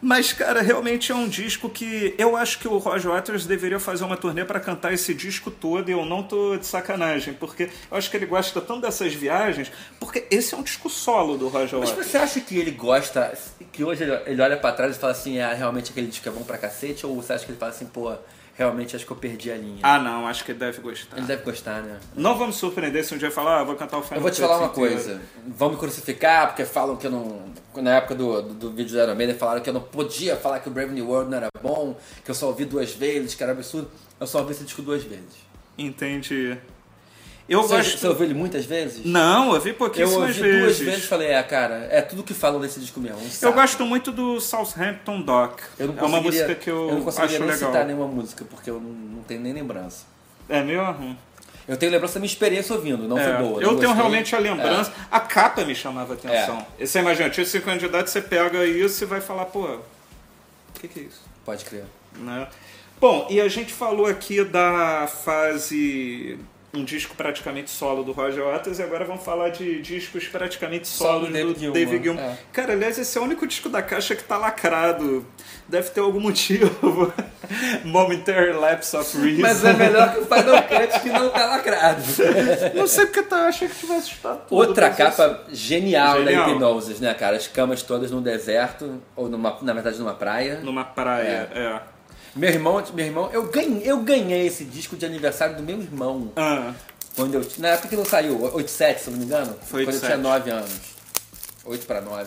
Mas, cara, realmente é um disco que eu acho que o Roger Waters deveria fazer uma turnê pra cantar esse disco todo e eu não tô de sacanagem, porque eu acho que ele gosta tanto dessas viagens, porque esse é um disco solo do Roger Mas Waters. você acha que ele gosta, que hoje ele- ele olha pra trás e fala assim, ah, realmente aquele disco é bom pra cacete? Ou você acha que ele fala assim, pô, realmente acho que eu perdi a linha? Ah, não, acho que ele deve gostar. Ele deve gostar, né? Não vamos surpreender se um dia falar, ah, vou cantar o Final Eu vou te Cut falar uma inteiro. coisa. Vão me crucificar porque falam que eu não. Na época do, do, do vídeo da Iron Maiden, falaram que eu não podia falar que o Brave New World não era bom, que eu só ouvi duas vezes, que era absurdo. Eu só ouvi esse disco duas vezes. Entendi. Eu Você, gosto. você ouviu ele muitas vezes? Não, eu vi Eu pouquíssimas ouvi vezes. duas vezes e falei, é, cara, é tudo que falam desse disco mesmo. um Eu saco. gosto muito do Southampton Doc. Eu não é uma conseguiria- música que eu, eu não conseguiria acho nem legal. citar nenhuma música, porque eu não, não tenho nem lembrança. É mesmo? Eu tenho lembrança da minha experiência ouvindo, não É, foi boa. eu não tenho gostei. É. realmente a lembrança. A capa me chamava a atenção. E Você imagina, eu tinha 5 anos de idade, você pega isso e vai falar, pô, o que, que é isso? É, pode crer. né? Bom, e a gente falou aqui da fase um disco praticamente solo do Roger Waters e agora vamos falar de discos praticamente solo, Solo do do David David Gilmour, Gilmour. é. Cara, aliás, esse é o único disco da caixa que tá lacrado. Deve ter algum motivo. Momentary Lapse of Reason. Mas é melhor que o Final Cut que não tá lacrado. Não sei porque tá, achei que tivesse estado tudo. Outra mas é capa genial, Genial. da Hipnosis, né, cara? As camas todas num deserto, ou numa, na verdade numa praia. isso- Numa praia, é. Meu irmão, meu irmão, eu ganhei, eu ganhei esse disco de aniversário do meu irmão. Ah, Quando eu, na época que não saiu, 87, se eu não me engano. Foi quando 87. eu tinha 9 anos. 8 pra 9.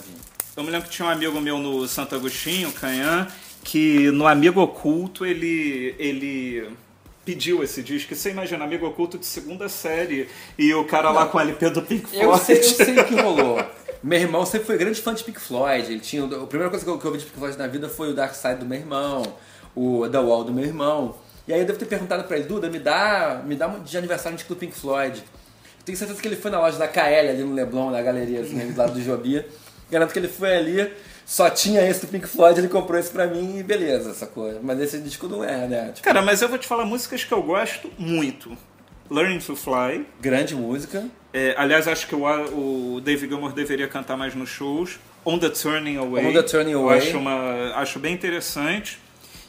eu me lembro que tinha um amigo meu no Santo Agostinho, Canhã, que no Amigo Oculto ele ele pediu esse disco. E Você imagina, Amigo Oculto de segunda série e o cara lá com o LP do Pink Floyd. Eu sei, eu sei o que rolou. Meu irmão sempre foi grande fã de Pink Floyd. Ele tinha, a primeira coisa que eu, que eu ouvi de Pink Floyd na vida foi o Dark Side do meu irmão, o The Wall do meu irmão. E aí eu devo ter perguntado pra ele, Duda, me dá, me dá um de aniversário um disco do Pink Floyd. Eu tenho certeza que ele foi na loja da KL ali no Leblon, na galeria assim, ali do lado do Jobia. Garanto que ele foi ali, só tinha esse do Pink Floyd, ele comprou esse pra mim e beleza, sacou? Mas esse disco não é, né? Tipo, Cara, mas eu vou te falar músicas que eu gosto muito. Learning to Fly. grande música. É, aliás, acho que o, o David Gilmour deveria cantar mais nos shows. On the Turning Away. On the Turning Eu Away. Acho, uma, acho bem interessante.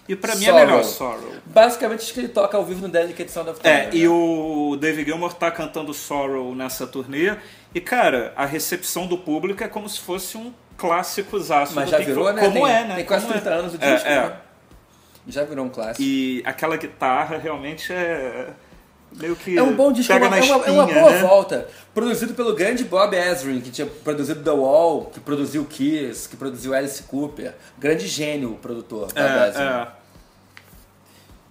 E pra mim é Sorrow. melhor Sorrow. Basicamente acho que ele toca ao vivo no Delicate Sound of Thunder, É, e né? o David Gilmour tá cantando Sorrow nessa turnê. E, cara, a recepção do público é como se fosse um clássicos aço Mas já virou, né? Como tem, é, né? Tem quase Como 30 anos o É, disco, é. né? Já virou um clássico. E aquela guitarra realmente é meio que É um bom disco, é pega uma, na é espinha, uma- é uma boa né? volta. Produzido pelo grande Bob Ezrin, que tinha produzido The Wall, que produziu Kiss, que produziu Alice Cooper. Grande gênio o produtor, Bob Ezrin. É, é.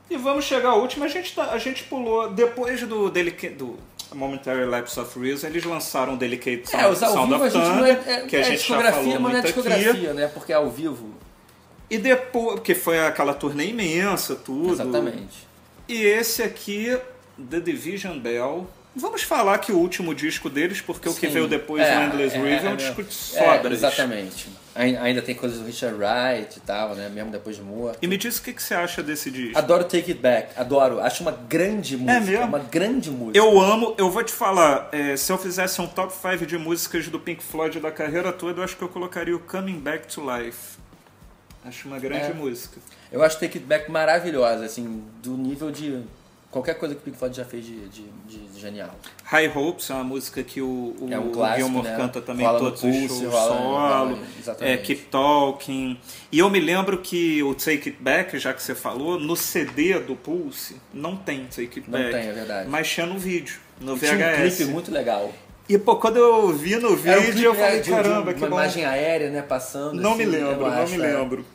E vamos chegar ao último. A gente, tá- a gente pulou. Depois do, Delica- do Momentary Lapse of Reason, eles lançaram o Delicate Sound, É, os ao Sound vivo a of gente não é, Thunder, é, que a é gente já discografia, falou mas não é muito discografia, aqui. né? Porque é ao vivo. E depois, porque foi aquela turnê imensa, tudo. Exatamente. E esse aqui, The Division Bell. Vamos falar que o último disco deles, porque o que Sim. veio depois, É, o Endless é, River, é um é, disco de é, sobras. Exatamente. Ai- Ainda tem coisas do Richard Wright e tal, né? Mesmo depois de Moore. e me diz o que, que você acha desse disco. Adoro Take It Back, adoro. Acho uma grande música. É mesmo? Uma grande música. Eu amo, eu vou te falar, é, se eu fizesse um top 5 de músicas do Pink Floyd da carreira toda, eu acho que eu colocaria o Coming Back to Life. Acho uma grande É. música. Eu acho Take It Back maravilhosa, assim, do nível de qualquer coisa que o Pink Floyd já fez de, de- de genial. High Hopes é uma música que o, o, É um o clássico, Gilmour né? canta também Rola em no todos os pulso, shows rola- solo. rola- é, exatamente. Keep Talking. E eu me lembro que o Take It Back, já que você falou, no CD do Pulse, não tem Take It Não Back. tem, é verdade. Mas tinha no vídeo, no Tinha um VHS. clipe muito legal. E pô, quando eu vi no vídeo, Era um clipe, eu né, falei, de- de caramba, que Uma bom. imagem aérea, né, passando. Não me assim, eu lembro, não acho, me é. lembro.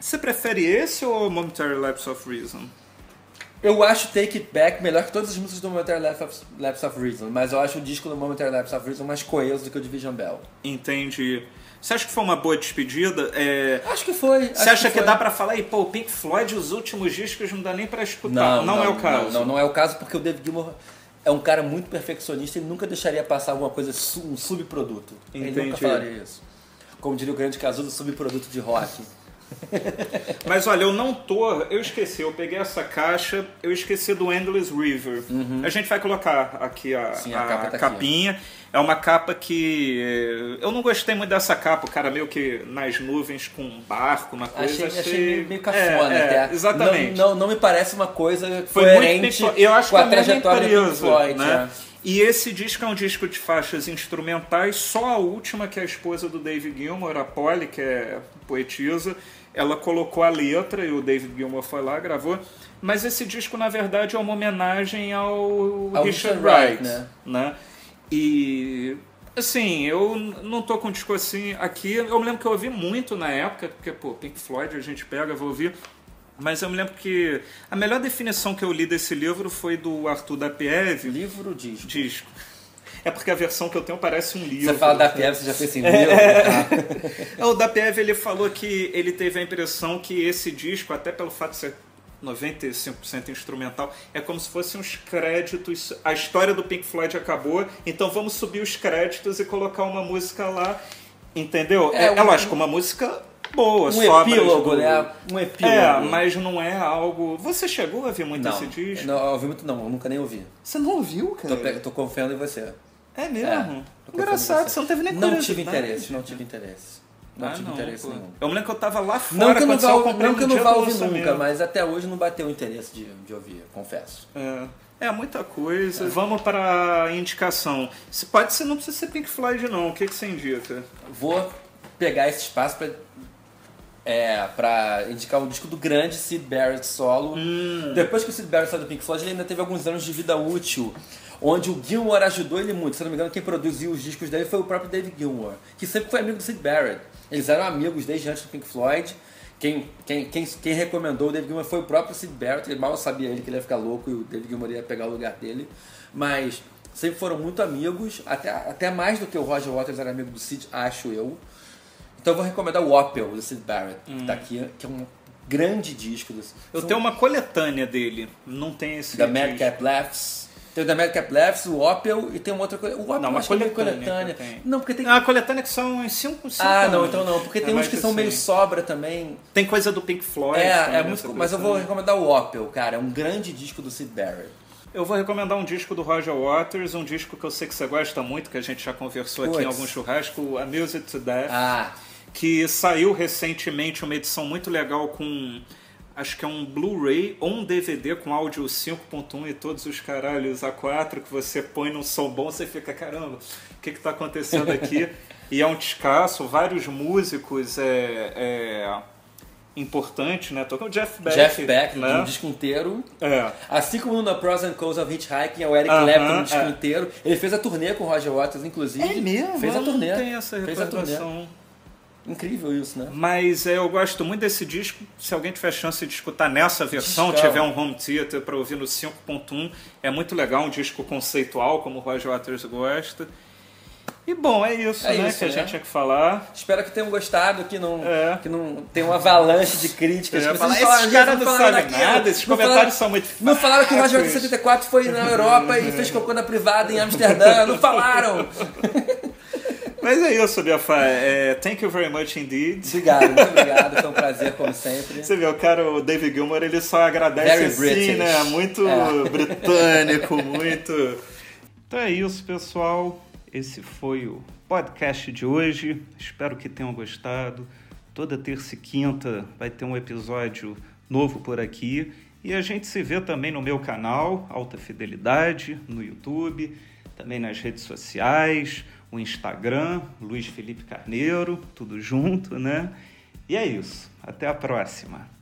Você prefere esse ou Momentary Lapse of Reason? Eu acho Take It Back melhor que todas as músicas do Momentary Lapse of, Lapse of Reason, mas eu acho o disco do Momentary Lapse of Reason mais coeso do que o Division Bell. Entendi. Você acha que foi uma boa despedida? É, Acho que foi. Você acha que, foi. dá pra falar, e pô, o Pink Floyd, os últimos discos não dá nem pra escutar? Não, não, é o caso. Não, não é o caso porque o David Gilmour é um cara muito perfeccionista e nunca deixaria passar alguma coisa, su- um subproduto. Ele Entendi. nunca falaria isso. Como diria o grande Casulo, subproduto de rock. Mas olha, eu não tô. Eu esqueci, eu peguei essa caixa, eu esqueci do Endless River. A gente vai colocar aqui a, Uhum. Sim, a a capa tá aqui, capinha. É uma capa que. eh, Eu não gostei muito dessa capa, o cara meio que nas nuvens com um barco, uma coisa. achei, achei meio- meio cafona é, é, até. Exatamente. Não, não, não me parece uma coisa Foi coerente muito Pink Floyd. eu acho com que a é mesmo trajetória do Pink empresa, Floyd. né? é. E esse disco é um disco de faixas instrumentais, só a última que a esposa do David Gilmour, a Polly, que é poetisa, ela colocou a letra e o David Gilmour foi lá, gravou. Mas esse disco, na verdade, é uma homenagem ao, Ao Richard Richard Wright, Wright, né? né? E assim, eu n- não tô com um disco assim aqui. Eu me lembro que eu ouvi muito na época, porque pô, Pink Floyd a gente pega, vou ouvir. Mas eu me lembro que a melhor definição que eu li desse livro foi do Arthur da Pieve, Livro disco. disco. É porque a versão que eu tenho parece um livro. Você fala da Pierre, você já pensa em livro. É, O da PF ele falou que ele teve a impressão que esse disco, até pelo fato de ser 95% instrumental, é como se fossem uns créditos. A história do Pink Floyd acabou, então vamos subir os créditos e colocar uma música lá. Entendeu? É, É, é um- lógico, uma música boa, Um sobras epílogo, do- né? Um epílogo. É, mas não é algo. Você chegou a ver muito Não, esse disco? não, eu ouvi muito não, eu nunca nem ouvi. Você não ouviu, cara? Tô, pe- tô confiando em você. É É, mesmo? tô pensando Engraçado, em você não teve nem Não curiosidade. tive interesse, não tive interesse. Não Ah, tive interesse pô. nenhum. Eu me lembro que eu tava lá fora Não que eu não quando vá, saiu, eu comprei não que no eu não dia vá do ouvir lançamento. nunca, mas até hoje não bateu o interesse de, de ouvir, confesso. É, é muita coisa. Vamos para indicação. Se pode ser, não precisa ser Pink Floyd, não. O que, que você indica? Vou pegar esse espaço pra, é, pra indicar um disco do grande Sid Barrett solo. Depois que o Sid Barrett saiu do Pink Floyd, ele ainda teve alguns anos de vida útil. Onde o Gilmore ajudou ele muito. Se eu não me engano, quem produziu os discos dele foi o próprio David Gilmour, que sempre foi amigo do Sid Barrett. Eles eram amigos desde antes do Pink Floyd. Quem, quem, quem, quem recomendou o David Gilmour foi o próprio Sid Barrett. Ele mal sabia ele que ele ia ficar louco e o David Gilmour ia pegar o lugar dele. Mas sempre foram muito amigos, até, até mais do que o Roger Waters era amigo do Sid, acho eu. Então eu vou recomendar o Opel, do Sid Barrett, que tá aqui, que é um grande disco. Do, Hum. Eu são- tenho um uma coletânea dele. Não tem esse. da registro. Madcap Laughs. Tem o da Madcap Laughs, o Opel e tem uma outra coisa. O Opel Não, eu uma acho que é meio coletânea que coletânea. eu tenho. Não, porque tem. Ah, a coletânea que são uns 5 Ah, não, então não. Porque tem uns que são meio Assim. sobra também. Tem coisa do Pink Floyd. É, também é nessa muito. Mas eu vou coletânea. recomendar o Opel, cara. É um grande disco do Sid Barrett. Eu vou recomendar um disco do Roger Waters, um disco que eu sei que você gosta muito, que a gente já conversou aqui em Puts. algum churrasco, A Music to Death. Ah, que saiu recentemente uma edição muito legal com acho que é um Blu-ray ou um DVD com áudio 5.1 e todos os caralhos A4 que você põe num som bom, você fica, caramba, o que está acontecendo aqui? e é um descasso, vários músicos é, é importantes, né? Tocando Jeff Beck. Jeff Beck, né? do disco inteiro. É. Assim como na Pros and Cons of Hitchhiking, é o Eric Aham, Clapton no disco é. inteiro. Ele fez a turnê com o Roger Waters, inclusive. É mesmo? Fez a Eu turnê. Não tem essa fez a turnê. recordação. Incrível isso, né? Mas é, eu gosto muito desse disco. Se alguém tiver chance de escutar nessa versão, Discão. tiver um home theater para ouvir no 5.1, é muito legal. Um disco conceitual, como o Roger Waters gosta. E bom, é isso, É né? isso, que a né? gente tinha que falar. Espero que tenham gostado, que não, É. que não tenha uma avalanche de críticas. Eu ia que vocês falar, não É, falaram esses disso, caras não falaram sabem daquilo, nada, esses não comentários falaram- são muito Não falaram que o Roger fracos. Waters é 74 foi na Europa e fez cocô na privada em Amsterdã. Não falaram! Mas é isso, Biafá. É, thank you very much indeed. Obrigado, muito obrigado. Foi um prazer, como sempre. Você vê, o cara, o David Gilmour, ele só agradece Very assim, British. né? Muito É. britânico, muito. Então é isso, pessoal. Esse foi o podcast de hoje. Espero que tenham gostado. Toda terça e quinta vai ter um episódio novo por aqui. E a gente se vê também no meu canal, Alta Fidelidade, no YouTube, também nas redes sociais, o Instagram, Luiz Felipe Carneiro, tudo junto, né? E é isso. Até a próxima.